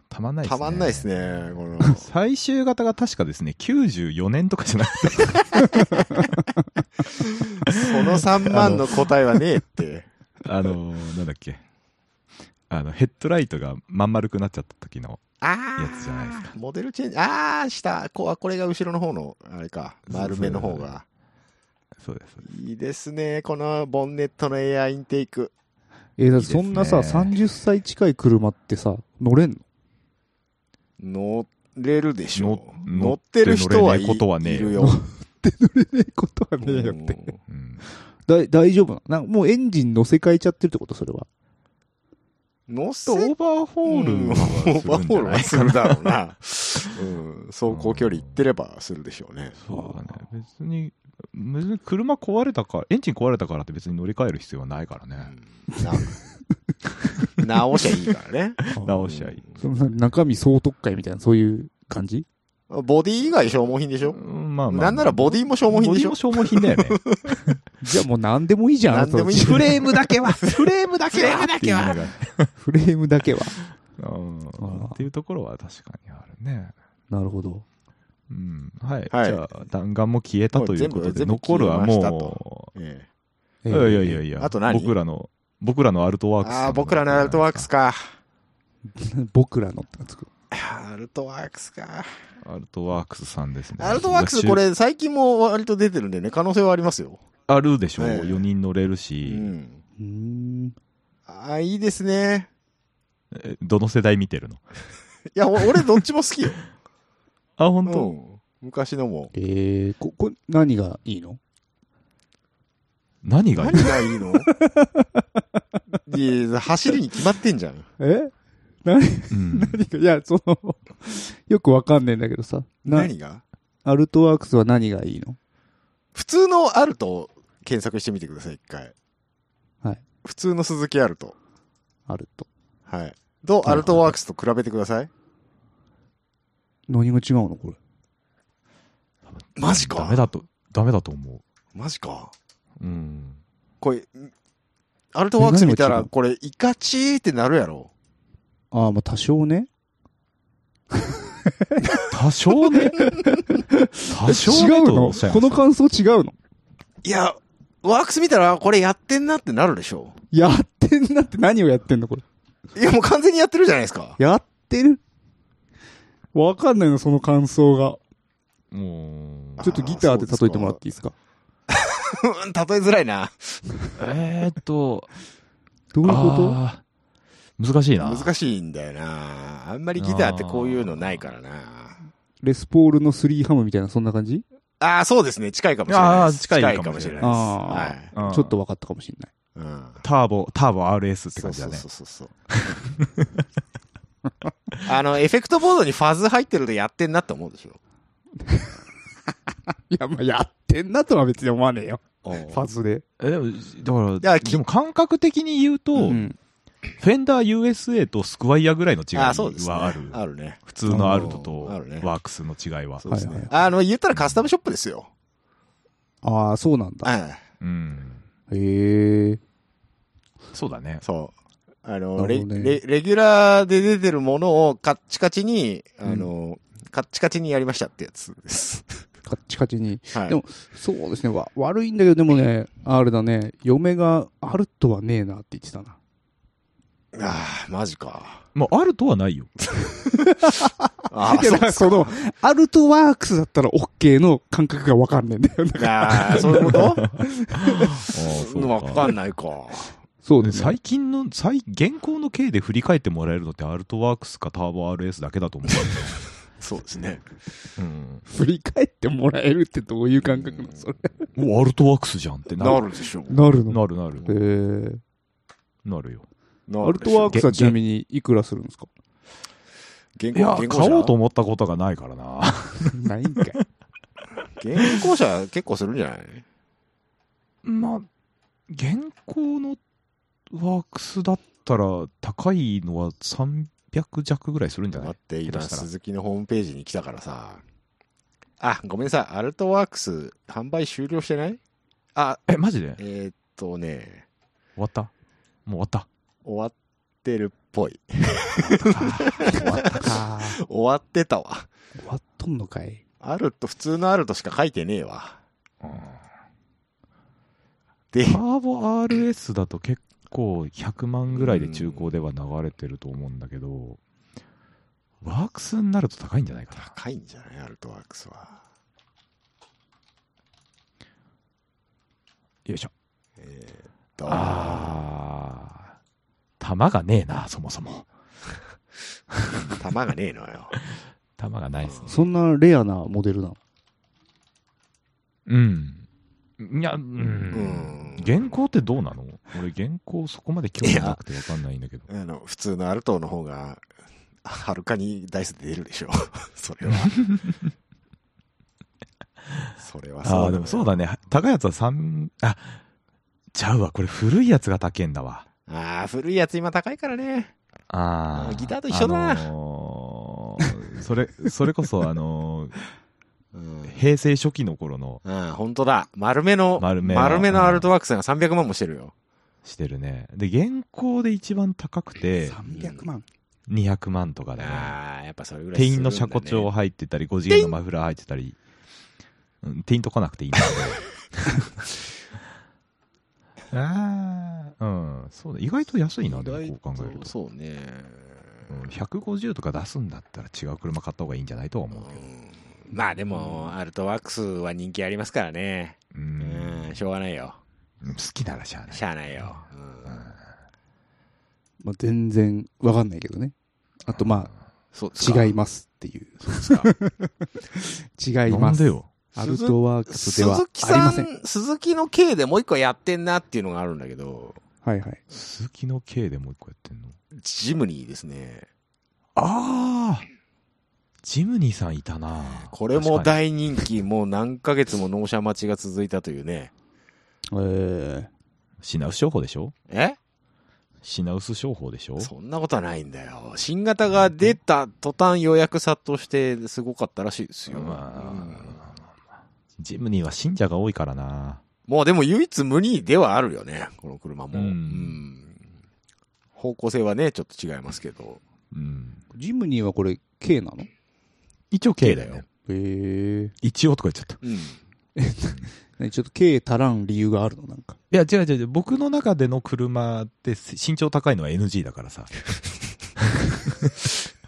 Speaker 2: たまんないです
Speaker 1: たま
Speaker 2: ね。
Speaker 1: んないです。ね、この。
Speaker 2: 最終型が確かですね、94年とかじゃなくて、
Speaker 1: その3万の答えはねえ って。
Speaker 2: あのー、なんだっけ。あの、ヘッドライトがまん丸くなっちゃった時の。
Speaker 1: ああ
Speaker 2: やつじゃないです
Speaker 1: モデルチェンジ、ああ、した。こわこれが後ろの方の、あれか、丸めの方が。
Speaker 2: そうです。
Speaker 1: いいですね、このボンネットのエアインテーク。
Speaker 3: えーだってそんない
Speaker 2: い
Speaker 3: さ、
Speaker 2: ですね
Speaker 3: 30歳近い車ってさ、乗れんの
Speaker 1: 乗れるでしょ
Speaker 2: の。
Speaker 1: 乗ってる人はい
Speaker 2: 乗って乗れねえことはねえ
Speaker 1: いるよ。
Speaker 3: 乗れないことはねえよって。
Speaker 1: うん
Speaker 2: うん。
Speaker 3: だ大丈夫なのなんかもうエンジン乗せ替えちゃってるってことそれは。
Speaker 1: 乗
Speaker 2: とオ
Speaker 1: せ
Speaker 2: ーバーホールはす
Speaker 1: オ
Speaker 2: るん
Speaker 1: ーバー
Speaker 2: じ
Speaker 1: ホー
Speaker 2: ゃ
Speaker 1: ル
Speaker 2: な
Speaker 1: はいするだろう な。うん、走行距離いってればするでしょうね。
Speaker 2: そうだね。別に、別に車壊れたから、エンジン壊れたからって別に乗り換える必要はないから
Speaker 1: う
Speaker 2: ね。
Speaker 1: んな直しゃいいからね。
Speaker 2: 直しゃいい。
Speaker 3: その中身総特会みたいな、そういう感じ
Speaker 1: ボディ以外消耗品でしょ
Speaker 2: うんまあまあ。
Speaker 1: なんならボディも消耗品でしょ
Speaker 2: ボディも消耗品だよ ね。
Speaker 3: じゃあもう何でもいいじゃん。
Speaker 1: 何でもいい
Speaker 3: そ の
Speaker 1: フ
Speaker 2: レームだけは、フレームだ
Speaker 1: けは
Speaker 2: っていう
Speaker 3: フレームだけは。
Speaker 2: のがうん
Speaker 3: あー
Speaker 2: っていうところは確かにあるね。
Speaker 3: なるほど。
Speaker 2: うん。はい。
Speaker 1: はい
Speaker 2: じゃあ、弾丸も消えたということ
Speaker 1: 全
Speaker 2: で、
Speaker 1: 部全部
Speaker 2: 残るは
Speaker 1: 消えました
Speaker 2: も
Speaker 1: ええ
Speaker 2: う、い
Speaker 3: えー
Speaker 2: やいやいやいや、
Speaker 1: あと何
Speaker 2: 僕らの、僕らのアルトワークス。
Speaker 1: ああ、僕らのアルトワークス。か。
Speaker 3: 僕らのってのつく。
Speaker 1: アルトワークスか。
Speaker 2: アルトワークスさんですね。
Speaker 1: アルトワークス、こ。れ、最近も割と出てるんでね、可能性はありますよ。
Speaker 2: あるでしょう。
Speaker 1: ええ
Speaker 2: 4人乗れる
Speaker 1: う
Speaker 2: し、
Speaker 1: ん。
Speaker 3: うーん。
Speaker 1: ああ、いいですね。
Speaker 2: えどの世代見てるの
Speaker 1: いや、お俺、どっちも好きよ。
Speaker 2: あ、 本
Speaker 1: う
Speaker 2: 当。
Speaker 1: ん昔のも。
Speaker 3: えー、こ、こ、何がいいの
Speaker 2: 何がい
Speaker 1: 何
Speaker 2: い
Speaker 1: がいいの いや走りに決まってんじゃん。
Speaker 3: え何
Speaker 2: うん
Speaker 3: 何か、いや、その、よくわかんねえんだけどさ。な
Speaker 1: 何が
Speaker 3: アルトワークスは何がいいの
Speaker 1: 普通のアルト検索してみてください、一回。
Speaker 3: はい。
Speaker 1: 普通の鈴木アルト。
Speaker 3: アルト。
Speaker 1: はい。と、アルトワークスと比べてください。
Speaker 3: 何が違うのこれ。
Speaker 1: マジか
Speaker 2: ダメだと、ダメだと思
Speaker 1: マジか。
Speaker 2: う。うん。
Speaker 1: これ、アルトワークス見た
Speaker 3: 何が
Speaker 1: ら、
Speaker 3: 違う
Speaker 1: これ、イカチーってなるやろ。
Speaker 3: ああ、まあ多少ね。
Speaker 2: 多 少ね。多少
Speaker 3: 違
Speaker 2: ね
Speaker 3: う
Speaker 2: とお
Speaker 3: の
Speaker 2: っしゃい
Speaker 3: この
Speaker 2: ました
Speaker 3: 感想違うの
Speaker 1: いや、ワークス見たら、これやってんなってなるでしょ。
Speaker 3: やってんなって何をやってんのこれ。
Speaker 1: いや、もう完全にやってるじゃないですか。
Speaker 3: やってるわかんないの、その感想が。
Speaker 2: もう
Speaker 3: ちょっとギターで例えてもらっていいですか
Speaker 1: うん例えづらいな。
Speaker 2: えーっ と、
Speaker 3: どういうこ
Speaker 2: あー難しいな。
Speaker 1: 難しいんだよな。あんまりギターってこういうのないからな。
Speaker 3: とレスポールの3ハムみたいな、そんな感じ
Speaker 1: ああ、そうですね。近いかもしれないです。
Speaker 2: あー近いかもしれな
Speaker 1: 近い
Speaker 2: いです
Speaker 1: かも
Speaker 3: あ
Speaker 1: しれないです。
Speaker 2: うん
Speaker 3: ちょっとわかったかもしれない。
Speaker 1: はい。うん。っ
Speaker 2: ターボ、ターボ RS って感じだね
Speaker 1: そ。うそうそうそう。あの、エフェクトボードにファズ入ってるとやってんなって思うでしょ。
Speaker 3: いや、まあ、やってんなとは別に思わねえよ。
Speaker 1: うん
Speaker 3: ファズで。
Speaker 2: えでも、だか
Speaker 1: や
Speaker 2: ら、
Speaker 1: き
Speaker 2: でも感覚的に言うと、
Speaker 3: うん
Speaker 2: フェンダー USA とスクワイヤぐらいの違い
Speaker 1: あーそうですね。
Speaker 2: はある。
Speaker 1: あるね。
Speaker 2: 普通のアルトと
Speaker 1: あるね
Speaker 2: ワークスの違いは。
Speaker 1: そう
Speaker 3: は
Speaker 1: で
Speaker 3: い
Speaker 1: す
Speaker 3: はい
Speaker 1: ね。。あの、言ったらカスタムショップですよ。
Speaker 3: ああ、そうなんだ。
Speaker 1: はい。
Speaker 2: うん。
Speaker 3: へえ。
Speaker 2: そうだね。
Speaker 1: そう。あの、
Speaker 3: なる
Speaker 1: レ
Speaker 3: ほどね
Speaker 1: レレギュラーで出てるものをカッチカチに、あの、カッチカチにやりましたってやつです。
Speaker 3: カッチカチに。
Speaker 1: はい。
Speaker 3: でもそうですね。わ悪いんだけど、でもね、あれだね、嫁があるとはねえなって言ってたな。
Speaker 1: ああ、マジ か。
Speaker 2: まあ、アルト はないよ。
Speaker 1: あ
Speaker 3: いやだからその、アルトワークスだったら OK の感覚がわかんねえんだよな。
Speaker 1: あ、 あーそういうこと
Speaker 2: あーそう
Speaker 1: わかん
Speaker 2: い。
Speaker 1: ない か。
Speaker 3: そう
Speaker 2: で
Speaker 3: ですね。
Speaker 2: 最近の、最、現行の経で振り返ってもらえるのってアルトワークスかターボ RS だけだと思
Speaker 1: そうですね。
Speaker 2: う。うん。
Speaker 3: 振り返ってもらえるってどういう感覚なのそれ。
Speaker 2: お、アルトワークスじゃんってな
Speaker 1: な
Speaker 2: る。
Speaker 1: るでしょう。
Speaker 3: なるの。
Speaker 2: なるなる。
Speaker 3: へえ。
Speaker 2: なるよ。
Speaker 1: な
Speaker 3: ア
Speaker 1: る
Speaker 3: ル
Speaker 1: でし
Speaker 3: ト
Speaker 1: ょ
Speaker 3: ワークスはちなみにいくらするんですか
Speaker 2: いや、
Speaker 1: 現行
Speaker 2: 買おうと
Speaker 1: 現行
Speaker 2: 思ったことがないからな。
Speaker 3: ないんかい。
Speaker 1: 車現行車結構するんじゃない
Speaker 2: まあ、現行のワークスだったら、高いのは300弱ぐらいするんじゃな
Speaker 1: 待って、
Speaker 2: い
Speaker 1: 今、
Speaker 2: 下手したら
Speaker 1: 鈴木のホームページに来たからさ。あ、ごめんなさい。アルトワークス、販売終了してないあ、
Speaker 2: え、マジで終
Speaker 1: えーっとね、
Speaker 2: わったもう終わった。
Speaker 1: 終わってるっぽい。
Speaker 3: 終わったか。
Speaker 1: 終わってたわ。
Speaker 3: 終わっとんのかい。
Speaker 1: アルト、普通のアルトしか書いてねえわ。で
Speaker 2: タ、ーボ RS だと結構100万ぐらいで中古では流れてると思うんだけど、ワークスになると高いんじゃないかな。
Speaker 1: 高いんじゃないアルトワークスは。
Speaker 2: よいしょ。
Speaker 1: えーっと、
Speaker 2: あー。玉がねえな、そもそも。
Speaker 1: 玉がねえのよ。
Speaker 2: 玉がないですね。
Speaker 3: そんなレアなモデルなの
Speaker 2: うん。いや、う
Speaker 1: うん
Speaker 2: ん。原稿ってどうなの俺原稿そこまで興味なくてわかんないんだけど。
Speaker 1: あの、普通のアルトの方が、はるかにダイスで出るでしょ。 そ れは。それはそう
Speaker 2: ああ、でもそうだね。高いやつは3、あ、ちゃうわ。これ古いやつが高えんだわ。
Speaker 1: ああ、古いやつ今高いからね。
Speaker 2: あ
Speaker 1: あ
Speaker 2: あ。
Speaker 1: ギターと一緒だ
Speaker 2: あのーそれ、それこそあの
Speaker 1: うん
Speaker 2: ー。平成初期の頃の
Speaker 1: ああ、本当だ。丸めの、
Speaker 2: 丸めの
Speaker 1: 丸めのアルトワークスが300万もしてるよ。
Speaker 2: してるね。で、原稿で一番高くて
Speaker 3: 300万。
Speaker 2: 200万とかだね。
Speaker 1: ああ、やっぱそれぐらいす
Speaker 2: 店
Speaker 1: る
Speaker 2: 員
Speaker 1: んだ
Speaker 2: の
Speaker 1: ね
Speaker 2: 車庫帳。入ってたり、5次元のマフラー入ってたり、うん、店員と来なくていいんだ けど。ああ、うん、そうだ。意外と安いな、でもこう考えると。
Speaker 1: そうね。
Speaker 2: うん、150とか出すんだったら違う車買った方がいいんじゃないとは思うけど。
Speaker 1: まあでも、アルトワークスは人気ありますからね。
Speaker 2: う、
Speaker 1: うんん、しょうがないよ。
Speaker 2: 好きならしゃあない
Speaker 1: し。ゃあないよ。
Speaker 2: う
Speaker 1: うん
Speaker 2: ん
Speaker 3: まあ、全然わかんないけどね。あとま
Speaker 1: そうです
Speaker 3: あ、
Speaker 1: か
Speaker 3: 違いますっていう。
Speaker 1: そうですか
Speaker 3: 違い
Speaker 2: な
Speaker 3: ま
Speaker 2: ん
Speaker 3: す。
Speaker 2: でよ。
Speaker 3: アルトワークスでは
Speaker 1: 鈴木
Speaker 3: あり
Speaker 1: さ
Speaker 3: ません。
Speaker 1: ん、鈴木の K でもう一個やってんなっていうのがあるんだけど、
Speaker 3: はいはい。
Speaker 2: 鈴木の K でもう一個やってんの
Speaker 1: ジムニーですね。
Speaker 2: ああジムニーさんいたな
Speaker 1: これも大人気、もう何ヶ月も納車待ちが続いたというね。
Speaker 3: えー、
Speaker 2: 品薄商法でしょ
Speaker 1: え
Speaker 2: 品薄商法でしょ
Speaker 1: そんなことはないんだよ。新型が出た途端予約殺到してすごかったらしいですよ。うん
Speaker 2: まあ、ジムニーは信者が多いからな
Speaker 1: もうでも唯一無二ではあるよね、この車も。
Speaker 2: うん
Speaker 1: うん方向性はね、ちょっと違いますけど。
Speaker 2: うん
Speaker 3: ジムニーはこれ K なの
Speaker 2: 一応 K だよ。
Speaker 3: え
Speaker 2: 一応とか言っちゃった
Speaker 1: うん。
Speaker 3: え。ちょっと K 足らん理由があるのなんか。
Speaker 2: いや違う違う違う僕の中での車って身長高いのは NG だからさ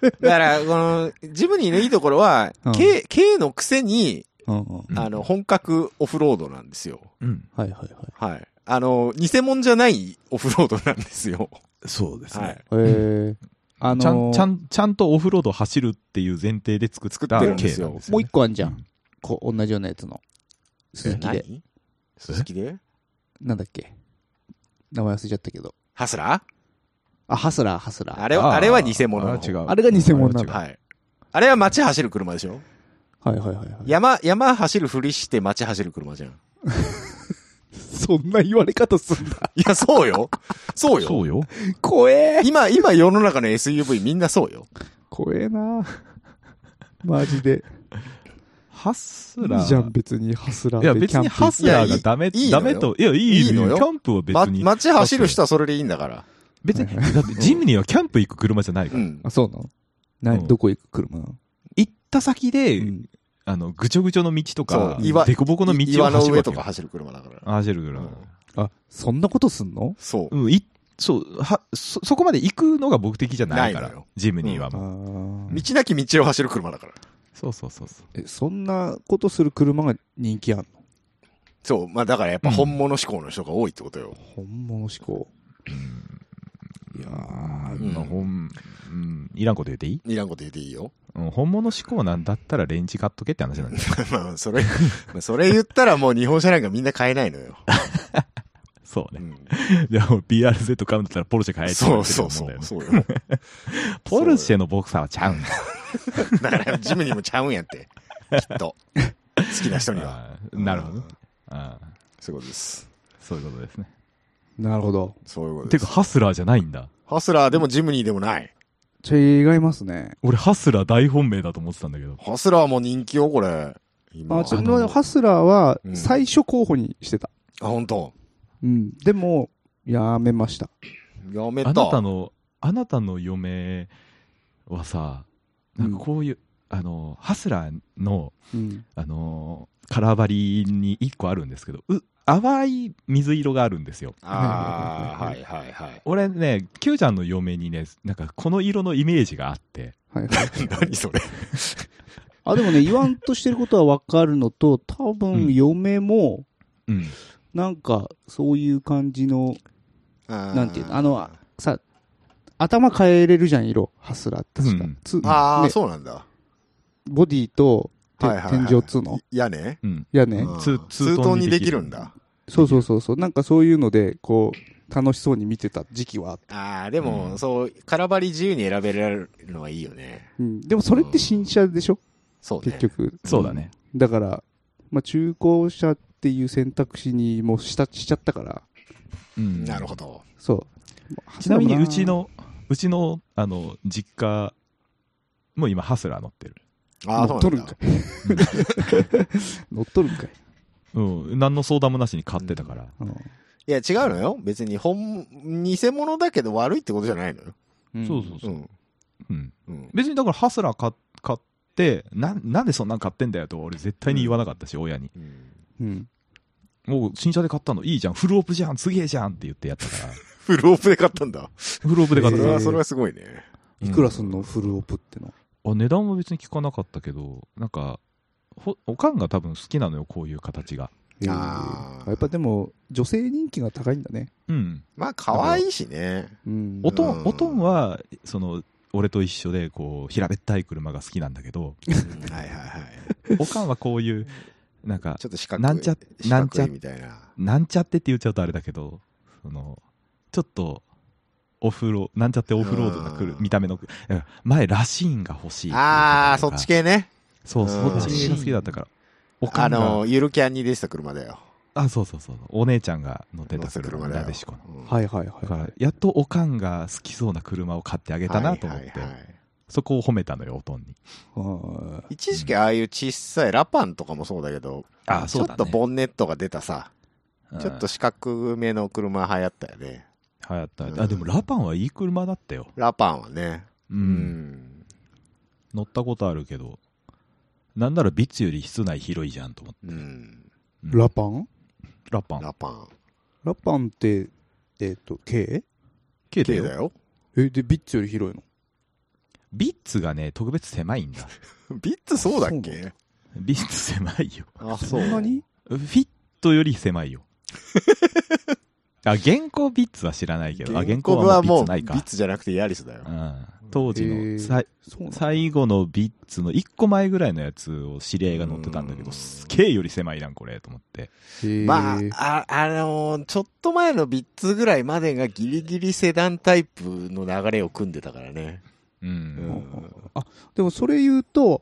Speaker 1: だから、この、ジムニーのいいところは、
Speaker 3: うん
Speaker 1: K、K のくせに、
Speaker 3: うんうん。はい
Speaker 2: うん
Speaker 1: あの、本格オフロードなんですよ。
Speaker 2: うん
Speaker 3: はいはい。
Speaker 1: はい。あの、偽物じゃないオフロードなんですよ。
Speaker 2: そうで
Speaker 1: はい。
Speaker 3: えー、あの
Speaker 2: ちゃんちゃ
Speaker 3: ん、
Speaker 2: んちゃんとオフロードを走るっていう前提で作った
Speaker 1: 作ってるんです
Speaker 2: K
Speaker 1: よ
Speaker 2: なんですよね
Speaker 3: もう一個あんじゃ。
Speaker 2: うん
Speaker 3: こう、同じようなやつの。鈴木で。
Speaker 1: 何鈴木で
Speaker 3: なんだっけ名前忘れちゃったけど。
Speaker 1: ハスラー
Speaker 3: あ、ハスラー、ハスラー。
Speaker 1: あれは、
Speaker 2: ー
Speaker 1: あれは偽物の
Speaker 2: あ
Speaker 1: 方
Speaker 2: 違う。
Speaker 3: あれが偽物
Speaker 2: あ
Speaker 3: なの
Speaker 2: れは違う
Speaker 1: はい。あれは街走る車でしょ
Speaker 3: はいはいはいはい。
Speaker 1: 山、山走るふりして街走る車じゃん。
Speaker 3: そんな言われ方すんだ。
Speaker 1: いや、そうよ。そうよ。
Speaker 2: そうよ。
Speaker 3: 怖え
Speaker 1: 今、今世の中の SUV みんなそうよ。
Speaker 3: 怖えな マジで。
Speaker 2: ハス
Speaker 3: い
Speaker 2: ラー。
Speaker 3: いじゃん、別にハスラ
Speaker 2: い
Speaker 3: ーで
Speaker 2: や、別にハスラーがダメ、
Speaker 1: いやいいいいの
Speaker 2: ダ
Speaker 1: よ
Speaker 2: メと。いや、いい
Speaker 1: いいのよ
Speaker 2: キャンプは
Speaker 1: ま、
Speaker 2: 別に。
Speaker 1: 街走る人はそれでいいんだから。
Speaker 2: 別に、 だってジムニーはキャンプ行く車じゃないか
Speaker 1: う
Speaker 2: ら。
Speaker 1: ん
Speaker 3: あ、。そうなの何、
Speaker 2: うん
Speaker 3: どこ行く車なの、
Speaker 2: 行った先で、
Speaker 3: うん
Speaker 2: あの、ぐちょぐちょの道とか
Speaker 1: そ、う岩
Speaker 2: でこぼこの道を
Speaker 1: 岩の
Speaker 2: 走る
Speaker 1: 上
Speaker 2: わ
Speaker 1: と
Speaker 2: け
Speaker 1: か
Speaker 2: よ。
Speaker 1: 走る車だから。
Speaker 2: 走るから。
Speaker 3: あ、そんなことすんの
Speaker 1: そう
Speaker 2: う。ん、い、そう、は、そ、そこまで行くのが目的じゃないか
Speaker 1: ないの
Speaker 2: ら
Speaker 1: よ、
Speaker 2: ジムニーは
Speaker 3: あ
Speaker 2: もう。
Speaker 3: ー
Speaker 1: 道なき道を走る車だから。
Speaker 2: そうそうそうそう。
Speaker 3: えそんなことする車が人気あんの
Speaker 1: そう。まあだからやっぱ本物志向の人が多いってことよ。
Speaker 3: 本物志向。いや
Speaker 2: あ
Speaker 3: ー
Speaker 1: うん
Speaker 2: まあ、ほん、うん、いらんこと言っていい
Speaker 1: いらんこと言っていいよ。
Speaker 2: うん、本物志向なんだったらレンジ買っとけって話なんだよ。
Speaker 1: まあそれ、まあそれ言ったらもう日本車なんかみんな買えないのよ。
Speaker 2: そう
Speaker 1: う
Speaker 2: ね。
Speaker 1: ん
Speaker 2: じゃあ、BRZ 買うんだったらポルシェ買えって
Speaker 1: そ
Speaker 2: 話
Speaker 1: う
Speaker 2: だと
Speaker 1: そう
Speaker 2: 思ん
Speaker 1: そ
Speaker 2: だよ
Speaker 1: う。
Speaker 2: ね
Speaker 1: そうよ。
Speaker 2: ポルシェのボクサーはちゃうんだ。
Speaker 1: だからジムにもちゃうんやって。きっと。好きな人には。
Speaker 2: あーなるほどね。あー
Speaker 1: そういうことです。
Speaker 2: そういうことですね。
Speaker 3: なるほど。
Speaker 1: そういうこと
Speaker 2: て
Speaker 1: で
Speaker 2: か、
Speaker 1: す。
Speaker 2: ハスラーじゃないんだ。
Speaker 1: ハスラーでもジムニーでもない。
Speaker 3: 違いますね。
Speaker 2: 俺、ハスラー大本命だと思ってたんだけど。
Speaker 1: ハスラーも人気よ、これ。今。
Speaker 3: あ、ちょっ
Speaker 2: あ
Speaker 3: と
Speaker 2: の
Speaker 3: ハスラーは
Speaker 1: うん
Speaker 3: 最初候補にしてた。
Speaker 1: あ、本当。
Speaker 3: うん。でも、やめました。
Speaker 1: やめた。
Speaker 2: あなたの、あなたの嫁はさ、なんかこういう、あの、ハスラーの、
Speaker 3: うん。
Speaker 2: あの、カラーバリに1個あるんですけど、う、淡い水色があるんですよ。
Speaker 1: ああ、はいはい はい。
Speaker 2: 俺ね、キューちゃんの嫁にね、なんかこの色のイメージがあって、
Speaker 3: はい はい。
Speaker 1: 何それ。
Speaker 3: あ、でもね、言わんとしてることはわかるのと、多
Speaker 2: う
Speaker 3: 分、
Speaker 2: ん
Speaker 3: 嫁も、
Speaker 2: うん。
Speaker 3: なんか、そういう感じの、
Speaker 1: な
Speaker 3: なんていうのあの、さ、頭変えれるじゃん、色。ハスラーって確か
Speaker 2: うん。
Speaker 3: つ
Speaker 1: ああ、
Speaker 3: ね
Speaker 1: そうなんだ。
Speaker 3: ボディと、て
Speaker 1: はいはいはい
Speaker 3: 天井つうの
Speaker 1: 屋根
Speaker 2: うん。
Speaker 3: 屋根
Speaker 1: うん
Speaker 2: ツー
Speaker 1: ツートンにできるんだ。
Speaker 3: そうそうそうそう。なんかそういうので、こう、楽しそうに見てた時期はあった。
Speaker 1: ああ、でも、
Speaker 2: うん
Speaker 1: そう、カラバリ自由に選べられるのはいいよね。
Speaker 3: うん。でもそれって新車でしょ
Speaker 1: そうね。
Speaker 3: 結。局。
Speaker 2: そうだね。
Speaker 3: だから、まあ、中古車っていう選択肢にもうしたしちゃったから、
Speaker 2: うん。
Speaker 1: なるほど。
Speaker 3: そう。
Speaker 2: ちなみにうち、の、うちの、あの、実家も今、ハスラー乗ってる。
Speaker 1: ああ、そ
Speaker 3: 乗
Speaker 1: う
Speaker 3: っ
Speaker 1: な
Speaker 3: と
Speaker 1: ん
Speaker 3: る
Speaker 1: だ
Speaker 3: んかい。乗っとるんかい。
Speaker 2: うん。何の相談もなしに買ってたから。
Speaker 1: いや、違うのよ。別に、本、偽物だけど悪いってことじゃないのよ。
Speaker 3: うん
Speaker 2: そうそう
Speaker 1: う
Speaker 2: そう。
Speaker 1: ん。
Speaker 2: うん。
Speaker 1: うん。
Speaker 2: 別にだから、ハスラー買買って、な、なんでそんなん買ってんだよと俺絶対に言わなかったし、親に。
Speaker 3: うん。
Speaker 2: もう新車で買ったのいいじゃん、フルオープじゃん、すげえじゃんって言ってやったから。
Speaker 1: フルオープで買ったんだ。
Speaker 2: フルオープで買
Speaker 1: そ
Speaker 2: った
Speaker 1: れ
Speaker 2: から
Speaker 1: は、
Speaker 3: へえ
Speaker 1: それはすごいね。
Speaker 3: いくらすんのフルオープっての。
Speaker 2: あ値段も別に聞かなかったけど、なんか、ほおかんが多分好きなのよ、こういう形が。
Speaker 3: へえ
Speaker 1: あー
Speaker 3: やっぱでも、女性人気が高いんだね。
Speaker 2: うん。
Speaker 1: まあ、可愛いしね。
Speaker 3: うん。
Speaker 2: おとん
Speaker 1: うん
Speaker 2: おとんは、その、俺と一緒で、こう、平べったい車が好きなんだけど、
Speaker 1: はいはいはい。
Speaker 2: おかんはこういう、なんか
Speaker 1: ちょっと四角い。
Speaker 2: なんちゃ
Speaker 1: 四
Speaker 2: なんち
Speaker 1: 角
Speaker 2: ゃ
Speaker 1: いみたいな。
Speaker 2: なんちゃってって言っちゃうとあれだけどそのちょっとオフロなんちゃってオフロードが来る
Speaker 1: うん
Speaker 2: 見た目のいや前ラシーンが欲しい
Speaker 1: ああ、そっち系ね。
Speaker 2: そう
Speaker 1: う
Speaker 2: そ
Speaker 1: ん
Speaker 2: っち系が好きだったからおか
Speaker 1: あ
Speaker 2: んが
Speaker 1: の、ゆるキャンに出てた車だよ。
Speaker 2: あそうそうそうお姉ちゃんが乗って
Speaker 1: 出
Speaker 2: た
Speaker 1: てた
Speaker 2: 車
Speaker 1: 車だ
Speaker 2: な
Speaker 1: よ
Speaker 2: でしこ
Speaker 1: う
Speaker 2: の。
Speaker 1: ん
Speaker 3: はいはい
Speaker 2: だか
Speaker 3: は
Speaker 2: らやっとおかんが好きそうな車を買ってあげたなと思って、
Speaker 1: はいはいはい
Speaker 2: そこを褒めたのよおとんに
Speaker 3: い。は
Speaker 1: 一時期ああいう小さいラパンとかもそうだけど、
Speaker 2: あ
Speaker 1: ちょっとボンネットが出たさ、ちょっと
Speaker 2: 流
Speaker 1: 四角めの車流行ったよね。
Speaker 2: 行った、
Speaker 1: うん
Speaker 2: あでもラパンはいい車だったよ
Speaker 1: ラパンはね。
Speaker 2: うん、
Speaker 1: うん。
Speaker 2: 乗ったことあるけどなんならビッツより室内広いじゃんと思って、
Speaker 1: うん。
Speaker 2: うん
Speaker 3: ラパン
Speaker 2: ラパン
Speaker 1: ラパン。
Speaker 3: ラパンって、えっと、K?
Speaker 2: K だ
Speaker 1: K
Speaker 2: よ
Speaker 1: だよ。
Speaker 3: え、で、ビッツより広いの
Speaker 2: ビッツがね特別狭いんだ
Speaker 1: ビッツそうだっけ
Speaker 2: ビッツ狭いよ
Speaker 1: あ、
Speaker 3: そ
Speaker 1: そ
Speaker 3: んなに
Speaker 2: フィットより狭いよあ現行ビッツは知らないけどあ
Speaker 1: 原
Speaker 2: 現
Speaker 1: 稿
Speaker 2: 行
Speaker 1: 部
Speaker 2: は
Speaker 1: は
Speaker 2: もう
Speaker 1: も
Speaker 2: ビッ
Speaker 1: う
Speaker 2: ツ
Speaker 1: ビ
Speaker 2: ない
Speaker 1: ッ
Speaker 2: か
Speaker 1: ツじゃなくてヤリスだよ
Speaker 2: う。ん、当時
Speaker 3: へー
Speaker 2: のさい
Speaker 3: そうなの
Speaker 2: 最後のビッツの1個前ぐらいのやつを知り合いが乗ってたんだけ
Speaker 1: う
Speaker 2: ど
Speaker 1: ん、
Speaker 2: K より狭いなんこれと思って。
Speaker 3: へえ
Speaker 1: まあ、あ、あのーちょっと前のビッツぐらいまでがギリギリセダンタイプの流れを組んでたからね。
Speaker 2: う
Speaker 1: うん
Speaker 2: ん。
Speaker 3: でもそれ言うと、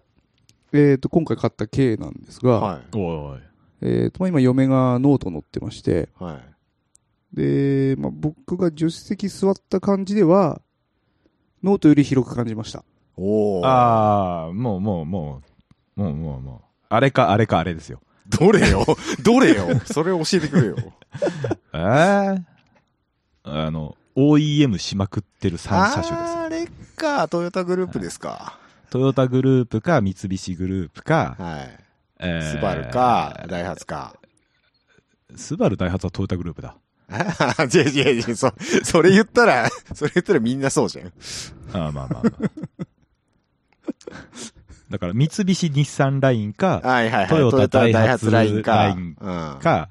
Speaker 3: えっと、今回買った K なんですが、
Speaker 1: は
Speaker 2: おいおい。
Speaker 3: えっと、まあ今嫁がノート乗ってまして、
Speaker 1: い。はい。
Speaker 3: で、まあ僕が助手席座った感じでは、ノートより広く感じました。
Speaker 1: おお。
Speaker 2: ああ、もうもうもう、もうもうもう。あれかあれかあれですよ。
Speaker 1: どれよどれよそれ教えてくれよ。
Speaker 2: ええ。あの、OEM しまくってる3車種です。
Speaker 1: あれか、トヨタグループですか。
Speaker 2: トヨタグループか、三菱グループか、
Speaker 1: はい。
Speaker 2: えー
Speaker 1: スバルか、ダイハツか。
Speaker 2: スバルダイハツはトヨタグループだ。
Speaker 1: あじゃじゃじゃ、そ、それ言ったら、 それ言ったらみんなそうじゃん。
Speaker 2: ああまあまあま あ。だから三菱日産ラインか、
Speaker 1: はいはいはい。
Speaker 2: トヨタダイハツ
Speaker 1: ラインか。
Speaker 2: ライン
Speaker 1: うん。
Speaker 2: か、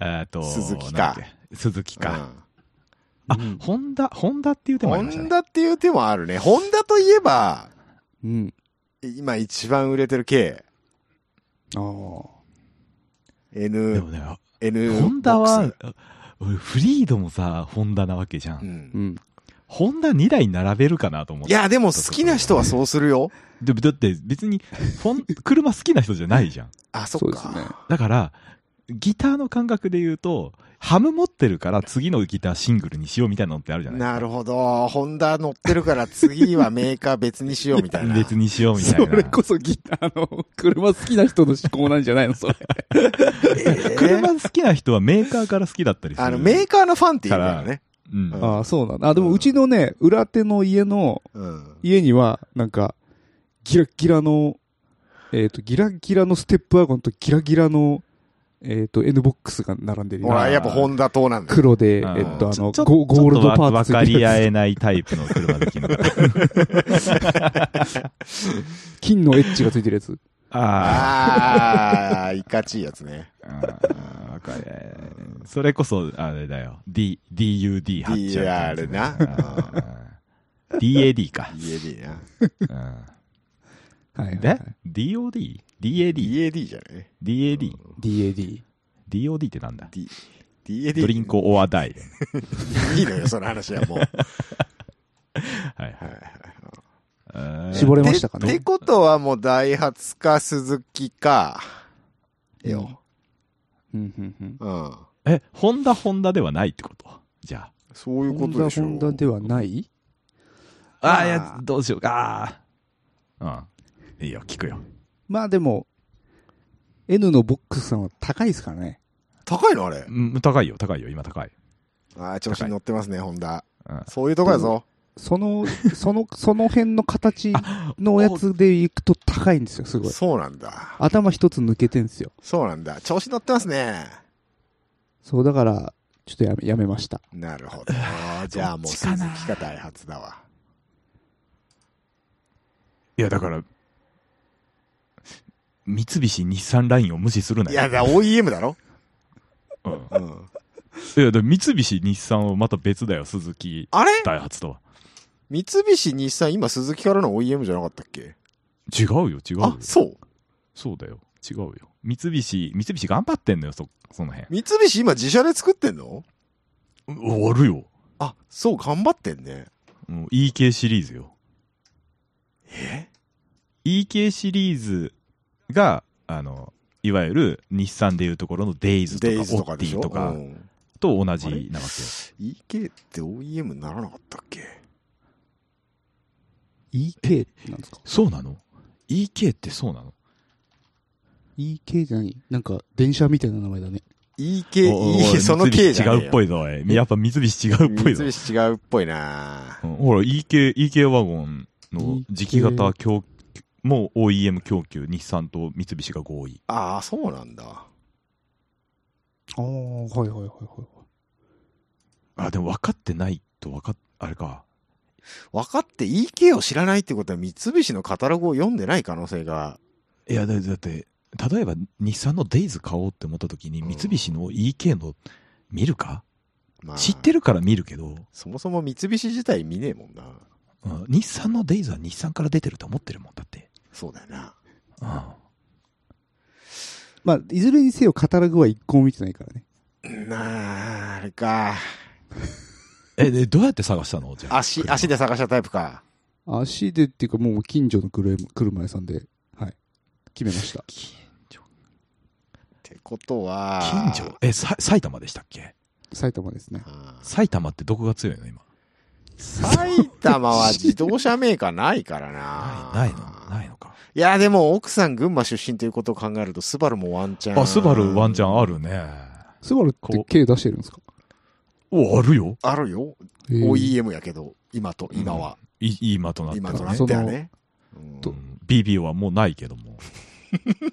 Speaker 2: えっと、
Speaker 1: 鈴木か
Speaker 2: なんだっけ。鈴木か。
Speaker 3: う
Speaker 2: あ
Speaker 3: ん、
Speaker 2: ホンダ、ホンダっていう手
Speaker 1: うん。
Speaker 2: もあ
Speaker 1: ホ
Speaker 2: りました
Speaker 1: ン
Speaker 2: ね。
Speaker 1: ダっていう手もあるね。ホンダといえば、
Speaker 3: うん。
Speaker 1: 今一番売れてる系。
Speaker 3: ああ。
Speaker 2: で
Speaker 1: N
Speaker 2: も、ね、
Speaker 1: N。
Speaker 2: ホンダは、俺フリードもさ、ホンダなわけじゃ。
Speaker 1: うんん
Speaker 3: う。ん。
Speaker 2: ホンダ2台並べるかなと思っ
Speaker 1: い
Speaker 2: て。
Speaker 1: や、でも好きな人はそうするよ。
Speaker 2: でもだって別に、フォン、 車好きな人じゃないじゃん。
Speaker 1: あ、そ
Speaker 3: そう
Speaker 1: っ
Speaker 3: ですね
Speaker 1: か。。
Speaker 2: だから、ギターの感覚で言うと、ハム持ってるから次のギターシングルにしようみたいなのってあるじゃない
Speaker 1: なるほど。ホンダ乗ってるから次はメーカー別にしようみたい な。
Speaker 2: 別にしようみたいな。
Speaker 3: それこそギターの車好きな人の思考なんじゃないのそれ。
Speaker 1: えー
Speaker 2: 車好きな人はメーカーから好きだったりする。
Speaker 1: あの、メーカーのファンって言うからね。
Speaker 2: うん。
Speaker 3: ああ、そうなんだ。あ、でもうちのね、裏手の家の、
Speaker 1: うん。
Speaker 3: 家には、なんか、ギラッギラの、えっ、と、ギラッギラのステップワゴンとギラギラの、えっ、と、N ボックスが並んでるよ
Speaker 1: ほら、やっぱホンダ党なんだよ。
Speaker 3: 黒で、えっ、
Speaker 2: うん
Speaker 3: と、あ
Speaker 2: ち
Speaker 3: の、
Speaker 2: ょちょ
Speaker 3: ゴゴール
Speaker 2: ちょ
Speaker 3: ドパーツ
Speaker 2: っとわ分かり合
Speaker 3: え。
Speaker 2: えないタイプの車できるのか
Speaker 3: 金のエッジがついてるやつ。
Speaker 2: あ
Speaker 1: ああ、いかちいやつね。
Speaker 2: あああ分かり合えないそれこそあれだよ D DUD 発注
Speaker 1: DUR な
Speaker 2: DAD か、
Speaker 1: EAD な。
Speaker 2: う
Speaker 3: はいはい、
Speaker 2: ん、で DODDADDAD
Speaker 1: DAD じゃない
Speaker 3: ?DAD。
Speaker 2: DOD ってなんだ
Speaker 1: D、DAD。
Speaker 2: ドリンクオアダイ
Speaker 1: いいのよ、その話 はもう。はい
Speaker 2: は
Speaker 1: はい
Speaker 2: いはい
Speaker 3: 絞れましたか
Speaker 1: でっ
Speaker 3: ね
Speaker 1: て。ことはもう、ダイハツか、鈴木か。よ。
Speaker 3: うんうんうん。
Speaker 1: うん。
Speaker 2: えホンダホンダではないってことじゃ
Speaker 1: そういう
Speaker 3: ホ
Speaker 1: こ
Speaker 3: ン
Speaker 1: と
Speaker 3: ダ
Speaker 1: でし
Speaker 3: ホ
Speaker 1: ょ。
Speaker 3: ンダではない
Speaker 2: あああ
Speaker 1: ー
Speaker 2: いやどうしようかあーうんいいよ聞くよ
Speaker 3: まあでも、N のボックスさんは高いですからね。
Speaker 1: 高いのあれ。
Speaker 2: うん高いよ高いよ今高い、
Speaker 1: ああ、調子に乗ってますね、ホンダ。
Speaker 2: うん、
Speaker 1: そういうとこやぞ。
Speaker 3: その、その、その辺の形のやつで行くと高いんですよ、すごい。
Speaker 1: そうなんだ。
Speaker 3: 頭一つ抜けてんですよ。
Speaker 1: そうなんだ。調子乗ってますね。
Speaker 3: そう、だから、ちょっとやめ、やめました。
Speaker 1: なるほど。 じゃあもう、鈴木かダイハツだわ。
Speaker 2: いや、だから、三菱日産ラインを無視するないよ。
Speaker 1: や、だ、OEM だろ
Speaker 2: うん、い
Speaker 1: うん。
Speaker 2: や、だから三菱日産はまた別だよ、鈴木、
Speaker 1: あれ
Speaker 2: ダイハツとは。
Speaker 1: 三菱日産、今、鈴木からの OEM じゃなかったっけ
Speaker 2: 違うよ、違うよ
Speaker 1: あ、。そう
Speaker 2: そうだよ。違うよ。三菱、三菱頑張ってんのよ、そ、その辺。
Speaker 1: 三菱今自社で作ってんの
Speaker 2: 終わるよ。
Speaker 1: あ、そう、頑張ってんね。
Speaker 2: もう EK シリーズよ。
Speaker 1: え
Speaker 2: EK シリーズが、あの、いわゆる日産でいうところのデイズとか
Speaker 1: デイズと
Speaker 2: オ
Speaker 1: か
Speaker 2: ッテ
Speaker 1: でし
Speaker 2: ィ
Speaker 1: ょ
Speaker 2: と
Speaker 1: う
Speaker 2: か
Speaker 1: ん
Speaker 2: と同じなわけよ。
Speaker 1: EK って OEM ならなかったっけ
Speaker 3: EK ってなんですか
Speaker 2: そうなの ?EK ってそうなの
Speaker 3: ?EK って何なんか電車みたいな名前だね。
Speaker 2: おいおい
Speaker 1: ?EK、
Speaker 2: おい
Speaker 1: E その
Speaker 2: 三
Speaker 1: K
Speaker 2: 菱
Speaker 1: じゃねえ
Speaker 2: 違うっ
Speaker 1: よ
Speaker 2: ぽいぞ、おいやっぱ三菱違うっぽいぞ
Speaker 1: 三。菱違うっぽいな
Speaker 2: うんほら、EK、EK ワゴンの磁気型供給も OEM 供給、日産と三菱が合意。
Speaker 1: ああ、そうなんだ。
Speaker 3: ああ、はいはいはいはい。
Speaker 2: あ、でも分かってないと分かっ、あれか。
Speaker 1: 分かって EK を知らないってことは三菱のカタログを読んでない可能性が。
Speaker 2: いや、だだって、例えば日産のデイズ買おうって思った時に、
Speaker 1: うん
Speaker 2: 三菱の EK の見るか、
Speaker 1: まあ、
Speaker 2: 知ってるから見るけど、
Speaker 1: そもそも三菱自体見ねえもんな。
Speaker 2: うん日産のデイズは日産から出てると思ってるもんだって。
Speaker 1: そうだよな。
Speaker 2: うん
Speaker 3: まあ、いずれにせよカタログは一個も見てないからね。
Speaker 1: なあ、あれか。
Speaker 2: え、で、どうやって探したのじゃあ。
Speaker 1: 足、足で探したタイプか。
Speaker 3: 足でっていうかもう近所の車車屋さんで、はい、決めました。
Speaker 2: 近所。
Speaker 1: ってことは。
Speaker 2: 近所え、さ埼玉でしたっけ
Speaker 3: 埼玉ですね。
Speaker 1: ああ
Speaker 2: 埼玉ってどこが強いの今。
Speaker 1: 埼玉は自動車メーカーないからな。
Speaker 2: ないないのないのか。
Speaker 1: いや、でも奥さん群馬出身ということを考えると、スバルもワンチャン。
Speaker 2: あ、スバルワンチャンあるね。
Speaker 3: スバルっ
Speaker 2: こう
Speaker 3: て K 出してるんですか
Speaker 2: お、あるよ。
Speaker 1: あるよ。
Speaker 3: へー
Speaker 1: OEM やけど、今と、今は。
Speaker 2: いい今となって
Speaker 1: 今
Speaker 2: は
Speaker 1: と
Speaker 2: ね
Speaker 1: な。ってはね。うん
Speaker 2: うん BB はもうないけども。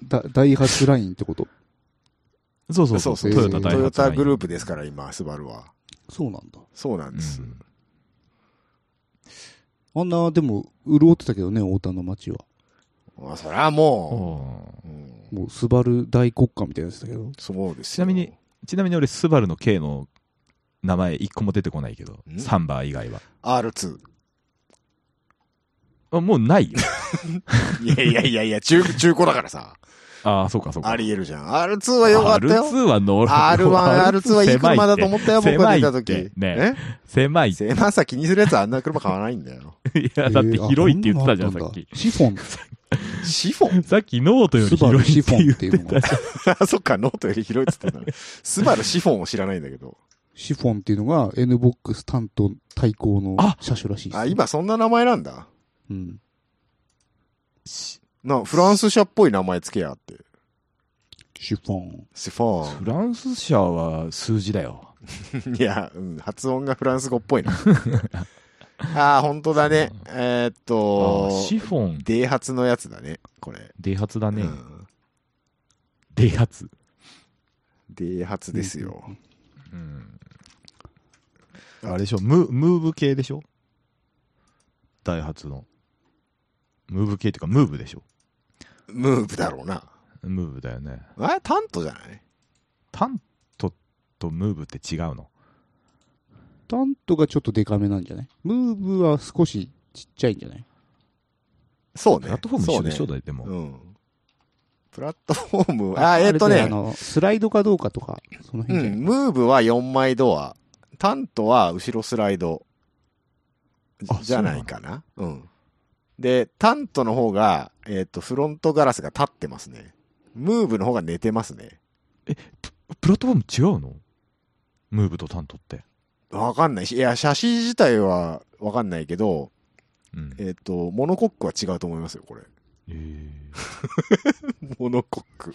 Speaker 3: だダイハツラインってこと
Speaker 2: そうそう
Speaker 1: そ
Speaker 2: そうう
Speaker 1: そ
Speaker 2: そうう、
Speaker 1: ト
Speaker 2: ト
Speaker 1: ヨタト
Speaker 2: ヨタダイ
Speaker 1: ヨ
Speaker 2: ハツライ
Speaker 1: タ
Speaker 2: ン
Speaker 1: グループですから、今、スバルは。
Speaker 3: そうなんだ。
Speaker 1: そうなんです。
Speaker 2: うん
Speaker 3: あんな、でも、潤ってたけどね、太田の街は。
Speaker 1: まあ、そりゃも
Speaker 2: お
Speaker 1: う、うん
Speaker 3: もう、スバル大国家みたいなやつだけど。
Speaker 1: そうです
Speaker 2: ちなみに、ーちなみに俺、スバルの K の名前一個も出てこないけど、
Speaker 1: ん
Speaker 2: サンバー以外は。
Speaker 1: R2。
Speaker 2: あもう ないよ。
Speaker 1: いやいやいやいや、中、中古だからさ。
Speaker 2: ああ、そうかそう か。
Speaker 1: あり得るじゃん。R2 はよかったよ。
Speaker 2: R2 は乗ら
Speaker 1: R1、R2 はいい車だと思ったよ、僕が
Speaker 2: 狭い
Speaker 1: 出
Speaker 2: ったて
Speaker 1: 時。
Speaker 2: ね狭いって。
Speaker 1: 狭さ気にするやつはあんな車買わないんだよ。
Speaker 2: いや、 だって広いって言ってたじゃん、
Speaker 3: え
Speaker 2: さ
Speaker 3: ーあ
Speaker 2: っき。
Speaker 3: シフォン。
Speaker 1: シフォン
Speaker 2: さっきノートより
Speaker 3: スバル
Speaker 2: 広い
Speaker 3: シ
Speaker 2: っ
Speaker 3: フ
Speaker 2: て
Speaker 3: ォ
Speaker 2: 言
Speaker 3: ン
Speaker 2: っ
Speaker 3: っていうのが、
Speaker 1: あ、そっか、ノートより広いっつってたね。スバルシフォンを知らないんだけど。
Speaker 3: シフォンっていうのが NBOX 担当対抗の
Speaker 2: あ
Speaker 3: 車種らしいです
Speaker 1: あ、今そんな名前なんだ。
Speaker 3: うん。
Speaker 1: な、フランス車っぽい名前つけやって。
Speaker 3: シフォン。
Speaker 1: シフォ
Speaker 2: フランス社は数字だよ。
Speaker 1: ン。 いや、うん、発音がフランス語っぽいな。 あー、本当だね。えーっと
Speaker 2: あ、シフォン、
Speaker 1: デイハツのやつだね、これ。
Speaker 2: デイハツだね
Speaker 1: う。ん
Speaker 2: デイハツ。
Speaker 1: デイハツですよ。
Speaker 2: あれでしょム、ムーブ系でしょダイハツの。ムーブ系っていうか、ムーブでしょ
Speaker 1: ムーブだろうな。
Speaker 2: ムーブだよね。
Speaker 1: あれ、タントじゃない
Speaker 2: タントとムーブって違うの
Speaker 3: タントがちょっとデカめなんじゃないムーブは少しちっちゃいんじゃない
Speaker 1: そうね。
Speaker 2: プラットフォーム一緒でし
Speaker 1: そ
Speaker 2: ょ
Speaker 1: うね
Speaker 2: だってもう。
Speaker 1: うん。プラットフォーム、あ、えーっと
Speaker 3: る程
Speaker 1: ね
Speaker 3: 度、あの、スライドかどうかとか、その
Speaker 1: う
Speaker 3: 辺じゃない、
Speaker 1: ん、ムーブは4枚ドア、タントは後ろスライド
Speaker 2: あ
Speaker 1: じゃないかな。うん。で、タントの方が、えーっと、フロントガラスが立ってますね。ムーブの方が寝てますね。
Speaker 2: プラットフォーム違うのムーブとタントって。
Speaker 1: わかんないし、いや、写真自体はわかんないけど、
Speaker 2: うん。
Speaker 1: えーっと、モノコックは違うと思いますよ、これ。
Speaker 2: えー
Speaker 1: モノコック。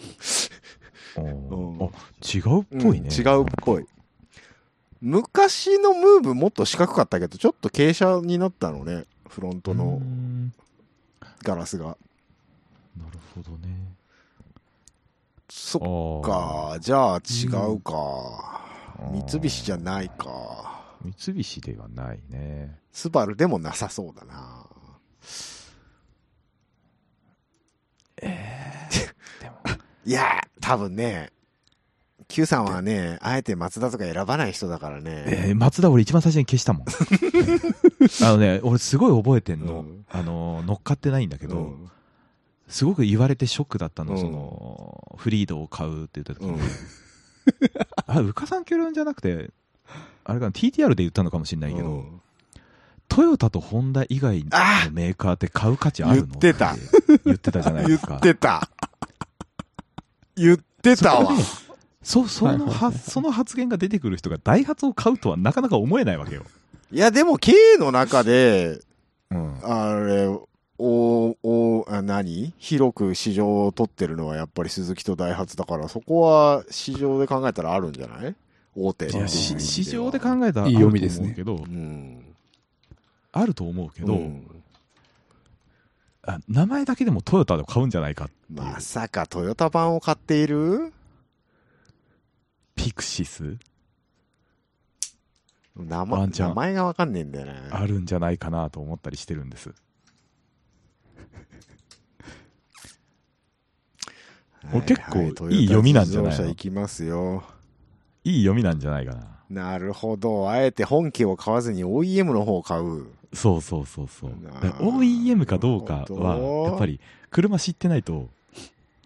Speaker 2: あ
Speaker 1: うん
Speaker 2: ーあ、違うっぽいね。
Speaker 1: うん違うっぽい。昔のムーブもっと四角かったけど、ちょっと傾斜になったのね。フロント
Speaker 2: う
Speaker 1: の
Speaker 2: ーん
Speaker 1: ガラスが。
Speaker 2: なるほどね。
Speaker 1: そっ
Speaker 2: そ
Speaker 1: か。じゃあ違うか。三菱じゃ
Speaker 2: い。
Speaker 1: ないか。
Speaker 2: 三菱ではないね。
Speaker 1: スバルでもなさそうだな。
Speaker 2: でも、
Speaker 1: いや、多分ね、Q さんはね、あえて松田とか選ばない人だから
Speaker 2: え
Speaker 1: ね。
Speaker 2: ー、松田俺一番最初に消した もん。あのね、俺すごい覚えてんの。
Speaker 1: うん
Speaker 2: あのー、乗っかってないんだけど、
Speaker 1: うん
Speaker 2: すごく言われてショックだった
Speaker 1: う
Speaker 2: の、
Speaker 1: ん
Speaker 2: そのフリードを買うって言った時、
Speaker 1: うん
Speaker 2: あうかさん巨論じゃなくてあれかな TTR で言ったのかもしれないけど、
Speaker 1: うん
Speaker 2: トヨタとホンダ以外の
Speaker 1: あ
Speaker 2: メーカーって買う価値あるの
Speaker 1: 言ってた
Speaker 2: 言ってたじゃない
Speaker 1: 言
Speaker 2: ですか
Speaker 1: ってた。言ってたわ。
Speaker 2: そうその
Speaker 3: はいはいは
Speaker 2: はその発言が出てくる人がダイハツを買うとはなかなか思えないわけよ、
Speaker 1: いや、でも、経営の中で、あれ、お、お、あ何広く市場を取ってるのはやっぱり鈴木とダイハツだから、そこは市場で考えたらあるんじゃない大手って
Speaker 2: い
Speaker 1: 意
Speaker 2: うや
Speaker 1: 味で
Speaker 2: し
Speaker 1: は
Speaker 2: 市場で考えたらあ
Speaker 3: いい
Speaker 2: ると
Speaker 3: 読
Speaker 2: 思
Speaker 3: みですね
Speaker 2: うけど
Speaker 1: うん。
Speaker 2: あると思うけど、
Speaker 1: うん
Speaker 2: あ名前だけでもトヨタで買うんじゃないかっていう、
Speaker 1: まさかトヨタ版を買っている
Speaker 2: ピクシス
Speaker 1: 名
Speaker 2: ワ
Speaker 1: 前
Speaker 2: ンチャン
Speaker 1: 名前がわかんねえんだよね。
Speaker 2: あるんじゃないかなと思ったりしてるんです、
Speaker 1: はいはい
Speaker 2: 結構いい読みなんじゃないの
Speaker 1: トヨタ自動車行きますよ。
Speaker 2: いい読みなんじゃないかな
Speaker 1: なるほど。あえて本家を買わずに OEM の方を買う。
Speaker 2: そうそうそうそう
Speaker 1: なる
Speaker 2: だから OEM かどうか
Speaker 1: ほど
Speaker 2: はやっぱり車知ってないと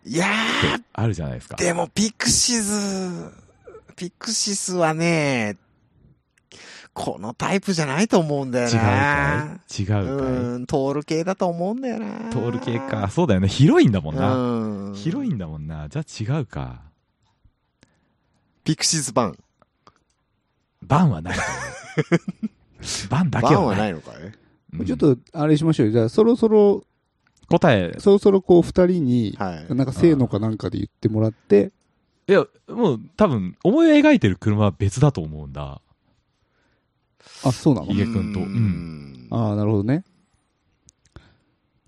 Speaker 1: いや
Speaker 2: あるじゃないですか
Speaker 1: ー、でもピクシズ、ピクシスはね、このタイプじゃないと思うんだよ
Speaker 2: 違うか
Speaker 1: な。
Speaker 2: い違うかい、
Speaker 1: うん、トール系だと思うんだよな。
Speaker 2: トール系か。そうだよね広いんだもんな、
Speaker 1: うん。
Speaker 2: 広いんだもんなじゃあ違うか
Speaker 1: ピクシズ版。
Speaker 2: バンはないと思うバンだけ
Speaker 1: 版
Speaker 2: は
Speaker 1: は
Speaker 2: ない
Speaker 1: ないのかい
Speaker 2: うん
Speaker 3: ちょっと、あれしましょうよ。じゃあ、そろそろ、
Speaker 2: 答え
Speaker 3: そろそろこう、二人に、
Speaker 1: はい。
Speaker 3: なんか、せーのかなんかで言ってもらって、
Speaker 2: いやもう多分思い描いてる車は別だと思うんだ
Speaker 3: あ、そうなの
Speaker 2: ヒゲ君と
Speaker 1: う
Speaker 2: うんん。
Speaker 3: ああ、なるほどね。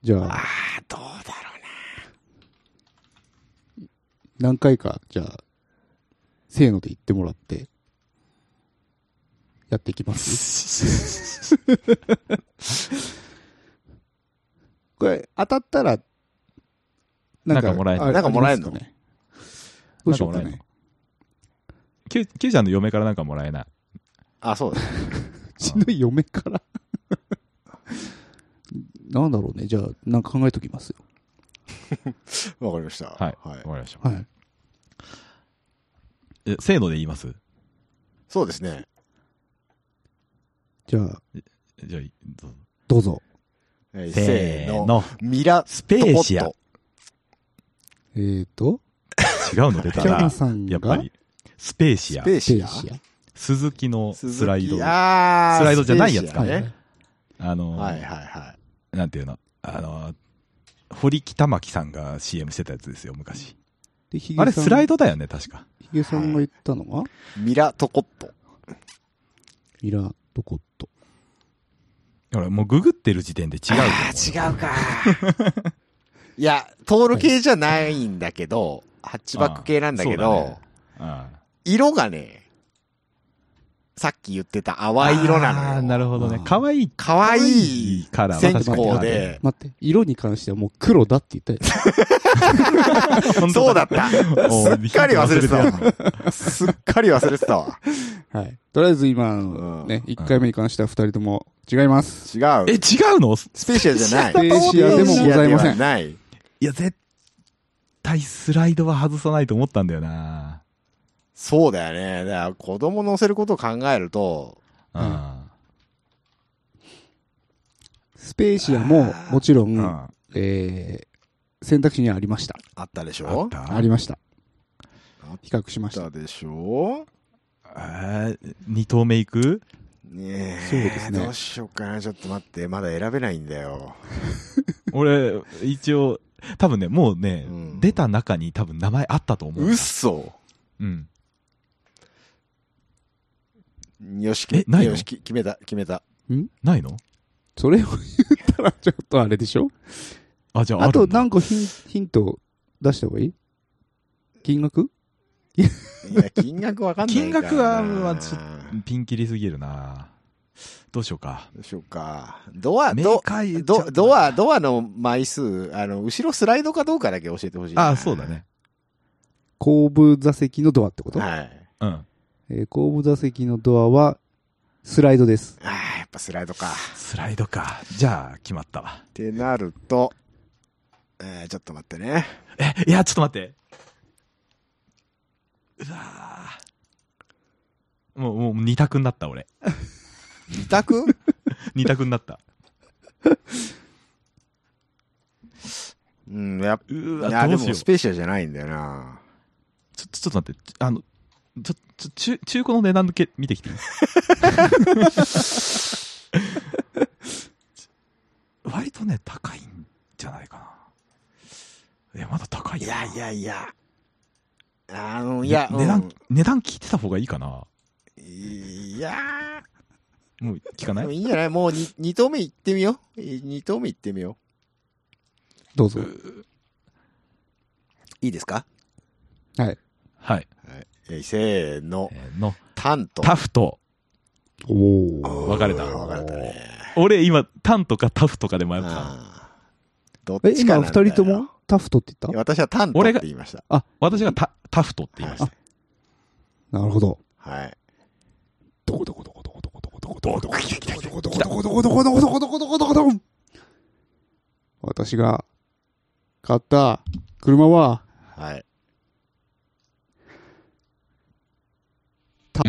Speaker 3: じゃ
Speaker 1: あ
Speaker 3: あ、
Speaker 1: ーどうだろ
Speaker 3: 何回か、じゃあ、せーので言ってもらって、やっていきます。これ、当たったら、
Speaker 2: なんかもらえる
Speaker 3: あ
Speaker 1: なんかもらえるの
Speaker 3: ありますかねどうしようか
Speaker 2: なんかもらえるの
Speaker 3: ね。
Speaker 2: キュキュウちゃんの嫁からなんかもらえないう
Speaker 1: な。あ、そうだね。
Speaker 3: うちの嫁から。なんだろうね。じゃあ、なんか考えときますよ。
Speaker 1: わかりました。
Speaker 2: はいわ、
Speaker 1: はい
Speaker 2: か。りました
Speaker 3: はい。
Speaker 2: えせーので言います
Speaker 1: そうですね。
Speaker 3: じゃあ、
Speaker 2: じゃあどうぞ
Speaker 3: どうぞ。
Speaker 1: えー
Speaker 2: せ
Speaker 1: せ
Speaker 2: ー
Speaker 1: ーの。
Speaker 2: の
Speaker 1: ミラ
Speaker 2: スペーシア
Speaker 1: トコット
Speaker 3: えーと、
Speaker 2: 違うの出
Speaker 3: キ
Speaker 2: た
Speaker 3: ャ
Speaker 2: な
Speaker 3: ナさんが、
Speaker 2: やっぱりスペーシ
Speaker 1: ス
Speaker 2: ア
Speaker 1: ペー
Speaker 3: スペ
Speaker 1: シ
Speaker 3: ー
Speaker 1: ア
Speaker 3: シア。
Speaker 2: 鈴木のスライド
Speaker 1: 鈴木あー
Speaker 2: スライドじゃないやつか
Speaker 1: スペーシ
Speaker 2: あの、
Speaker 1: アねはいはいは
Speaker 2: なんていうの、あの、堀北真希さんが CM してたやつですよ、昔。
Speaker 3: で、ヒゲさん
Speaker 2: あれ、スライドだよね、確か。
Speaker 3: ヒゲさんが言ったのは、
Speaker 1: い。ミラトコット。
Speaker 3: ミラードコット。
Speaker 2: ほら、もうググってる時点で違うと思うよ
Speaker 1: あー違うか。 いや、トール系じゃないんだけど、ハッチバック系なんだけ
Speaker 2: あー
Speaker 1: ど
Speaker 2: そうだね、ああ
Speaker 1: 色がね、さっき言ってた淡い色な
Speaker 2: あー
Speaker 1: の
Speaker 2: な
Speaker 1: よ。
Speaker 2: るほどね
Speaker 3: あ。ー
Speaker 2: かわいい。
Speaker 1: かわいい
Speaker 2: カラー
Speaker 1: 線
Speaker 2: は確かに
Speaker 1: 香
Speaker 2: ある
Speaker 1: で、
Speaker 3: 待って、色に関してはもう黒だって言っ たよ。
Speaker 2: 本
Speaker 1: そう
Speaker 2: 当
Speaker 1: だった。すっかり忘れてた わ。すっかり忘れてたわ。
Speaker 3: はい。とりあえず今の
Speaker 1: うん
Speaker 3: ね、1回目に関しては2人とも違います。
Speaker 1: 違う
Speaker 2: え、違。うのス
Speaker 1: スペーシアじゃない。
Speaker 3: スペーシアでもございません
Speaker 1: スペーシアではない。
Speaker 2: いや、絶対スライドは外さないと思ったんだよな。
Speaker 1: そうだよね。だから子供乗せることを考えると、
Speaker 2: うん。
Speaker 3: スペーシアももちろ、
Speaker 2: うんん。あ
Speaker 3: えー、選択肢にはありました。
Speaker 1: あったでし
Speaker 2: っ
Speaker 1: ょ
Speaker 2: た
Speaker 3: ありました
Speaker 1: あ。
Speaker 3: 比較しま
Speaker 1: あっ
Speaker 3: した。
Speaker 1: たでしょ
Speaker 2: えー二投目いく
Speaker 1: ねえ。
Speaker 3: そうですね
Speaker 1: どうしようかな。ちょっと待って。まだ選べないんだよ。
Speaker 2: 俺、一応、多分ね、もうね、
Speaker 1: うん
Speaker 2: 出た中に多分名前あったと思う。
Speaker 1: うっそ。
Speaker 2: うん。
Speaker 1: よし、
Speaker 2: えないの
Speaker 1: よし、き決めた、決めた。
Speaker 2: ないの
Speaker 3: それを言ったらちょっとあれでしょ
Speaker 2: あ、じゃあ、
Speaker 3: あ
Speaker 2: ある
Speaker 3: と
Speaker 2: んだ
Speaker 3: 何個ヒンヒント出した方がいい金額
Speaker 1: い や、金額わかんないからな。
Speaker 2: 金額はまあちょっ
Speaker 1: ど
Speaker 2: ピンキリすぎるなどうしようか。
Speaker 1: うしようか。ドア、
Speaker 2: メー
Speaker 1: ド、
Speaker 2: カー言っちゃう
Speaker 1: ドドア、ドアの枚数、あの、後ろスライドかどうかだけ教えてほしいな。
Speaker 2: あ、そうだね。
Speaker 3: 後部座席のドアってこと、
Speaker 1: はい。
Speaker 2: うん。
Speaker 3: えー後部座席のドアはスライドです。
Speaker 1: あーやっぱスライドか。
Speaker 2: スライドか。じゃあ、決まったわ。
Speaker 1: ってなると、えーちょっと待ってね。
Speaker 2: え、 いや、ちょっと待って。うわぁもう、もう二択になった、俺。
Speaker 1: 自宅
Speaker 2: 二択になった。
Speaker 1: うん、やっ
Speaker 2: う
Speaker 1: ぱ、い
Speaker 2: わ
Speaker 1: や、で
Speaker 2: どうしよ
Speaker 1: も
Speaker 2: う。
Speaker 1: スペシャルじゃないんだよな。
Speaker 2: ちょ、ちょっと待って、ちあの、ちょ、ちょ、中、中古の値段だけ見てきて いい割とね、高いんじゃないかな。いや、まだ高い
Speaker 1: い
Speaker 2: よ
Speaker 1: や
Speaker 2: な。
Speaker 1: いやいや。あの、
Speaker 2: ね
Speaker 1: いや、
Speaker 2: 値
Speaker 1: う
Speaker 2: 段
Speaker 1: ん、
Speaker 2: 値段聞いてた方がいいかな。
Speaker 1: いや
Speaker 2: もう聞かな
Speaker 1: ー、で
Speaker 2: い
Speaker 1: もいいんじゃないもう2、二投目行ってみよう。2投目行ってみよ
Speaker 3: どうぞ。
Speaker 1: う。いいですか
Speaker 3: はい。
Speaker 2: はい。
Speaker 1: えーせーの。
Speaker 2: えーの、
Speaker 1: タンと。
Speaker 2: タフと、
Speaker 3: おお。
Speaker 2: 分かれた
Speaker 1: 分かれたね。
Speaker 2: 俺今、タンとかタフとかで迷った。
Speaker 1: あーどっ
Speaker 3: え、
Speaker 1: ちか
Speaker 3: 今
Speaker 1: なんだよ
Speaker 3: 二人ともタフトって言っ
Speaker 1: 私はタントって言いました。
Speaker 2: 私がタタフトって言いました。
Speaker 3: たなるほど。
Speaker 1: はい。
Speaker 3: どこどこどこどこどこどこどこどこどこどこどこどこどこどこどこどこどこどこどこどこ私が買った車は
Speaker 1: はい。
Speaker 3: タ、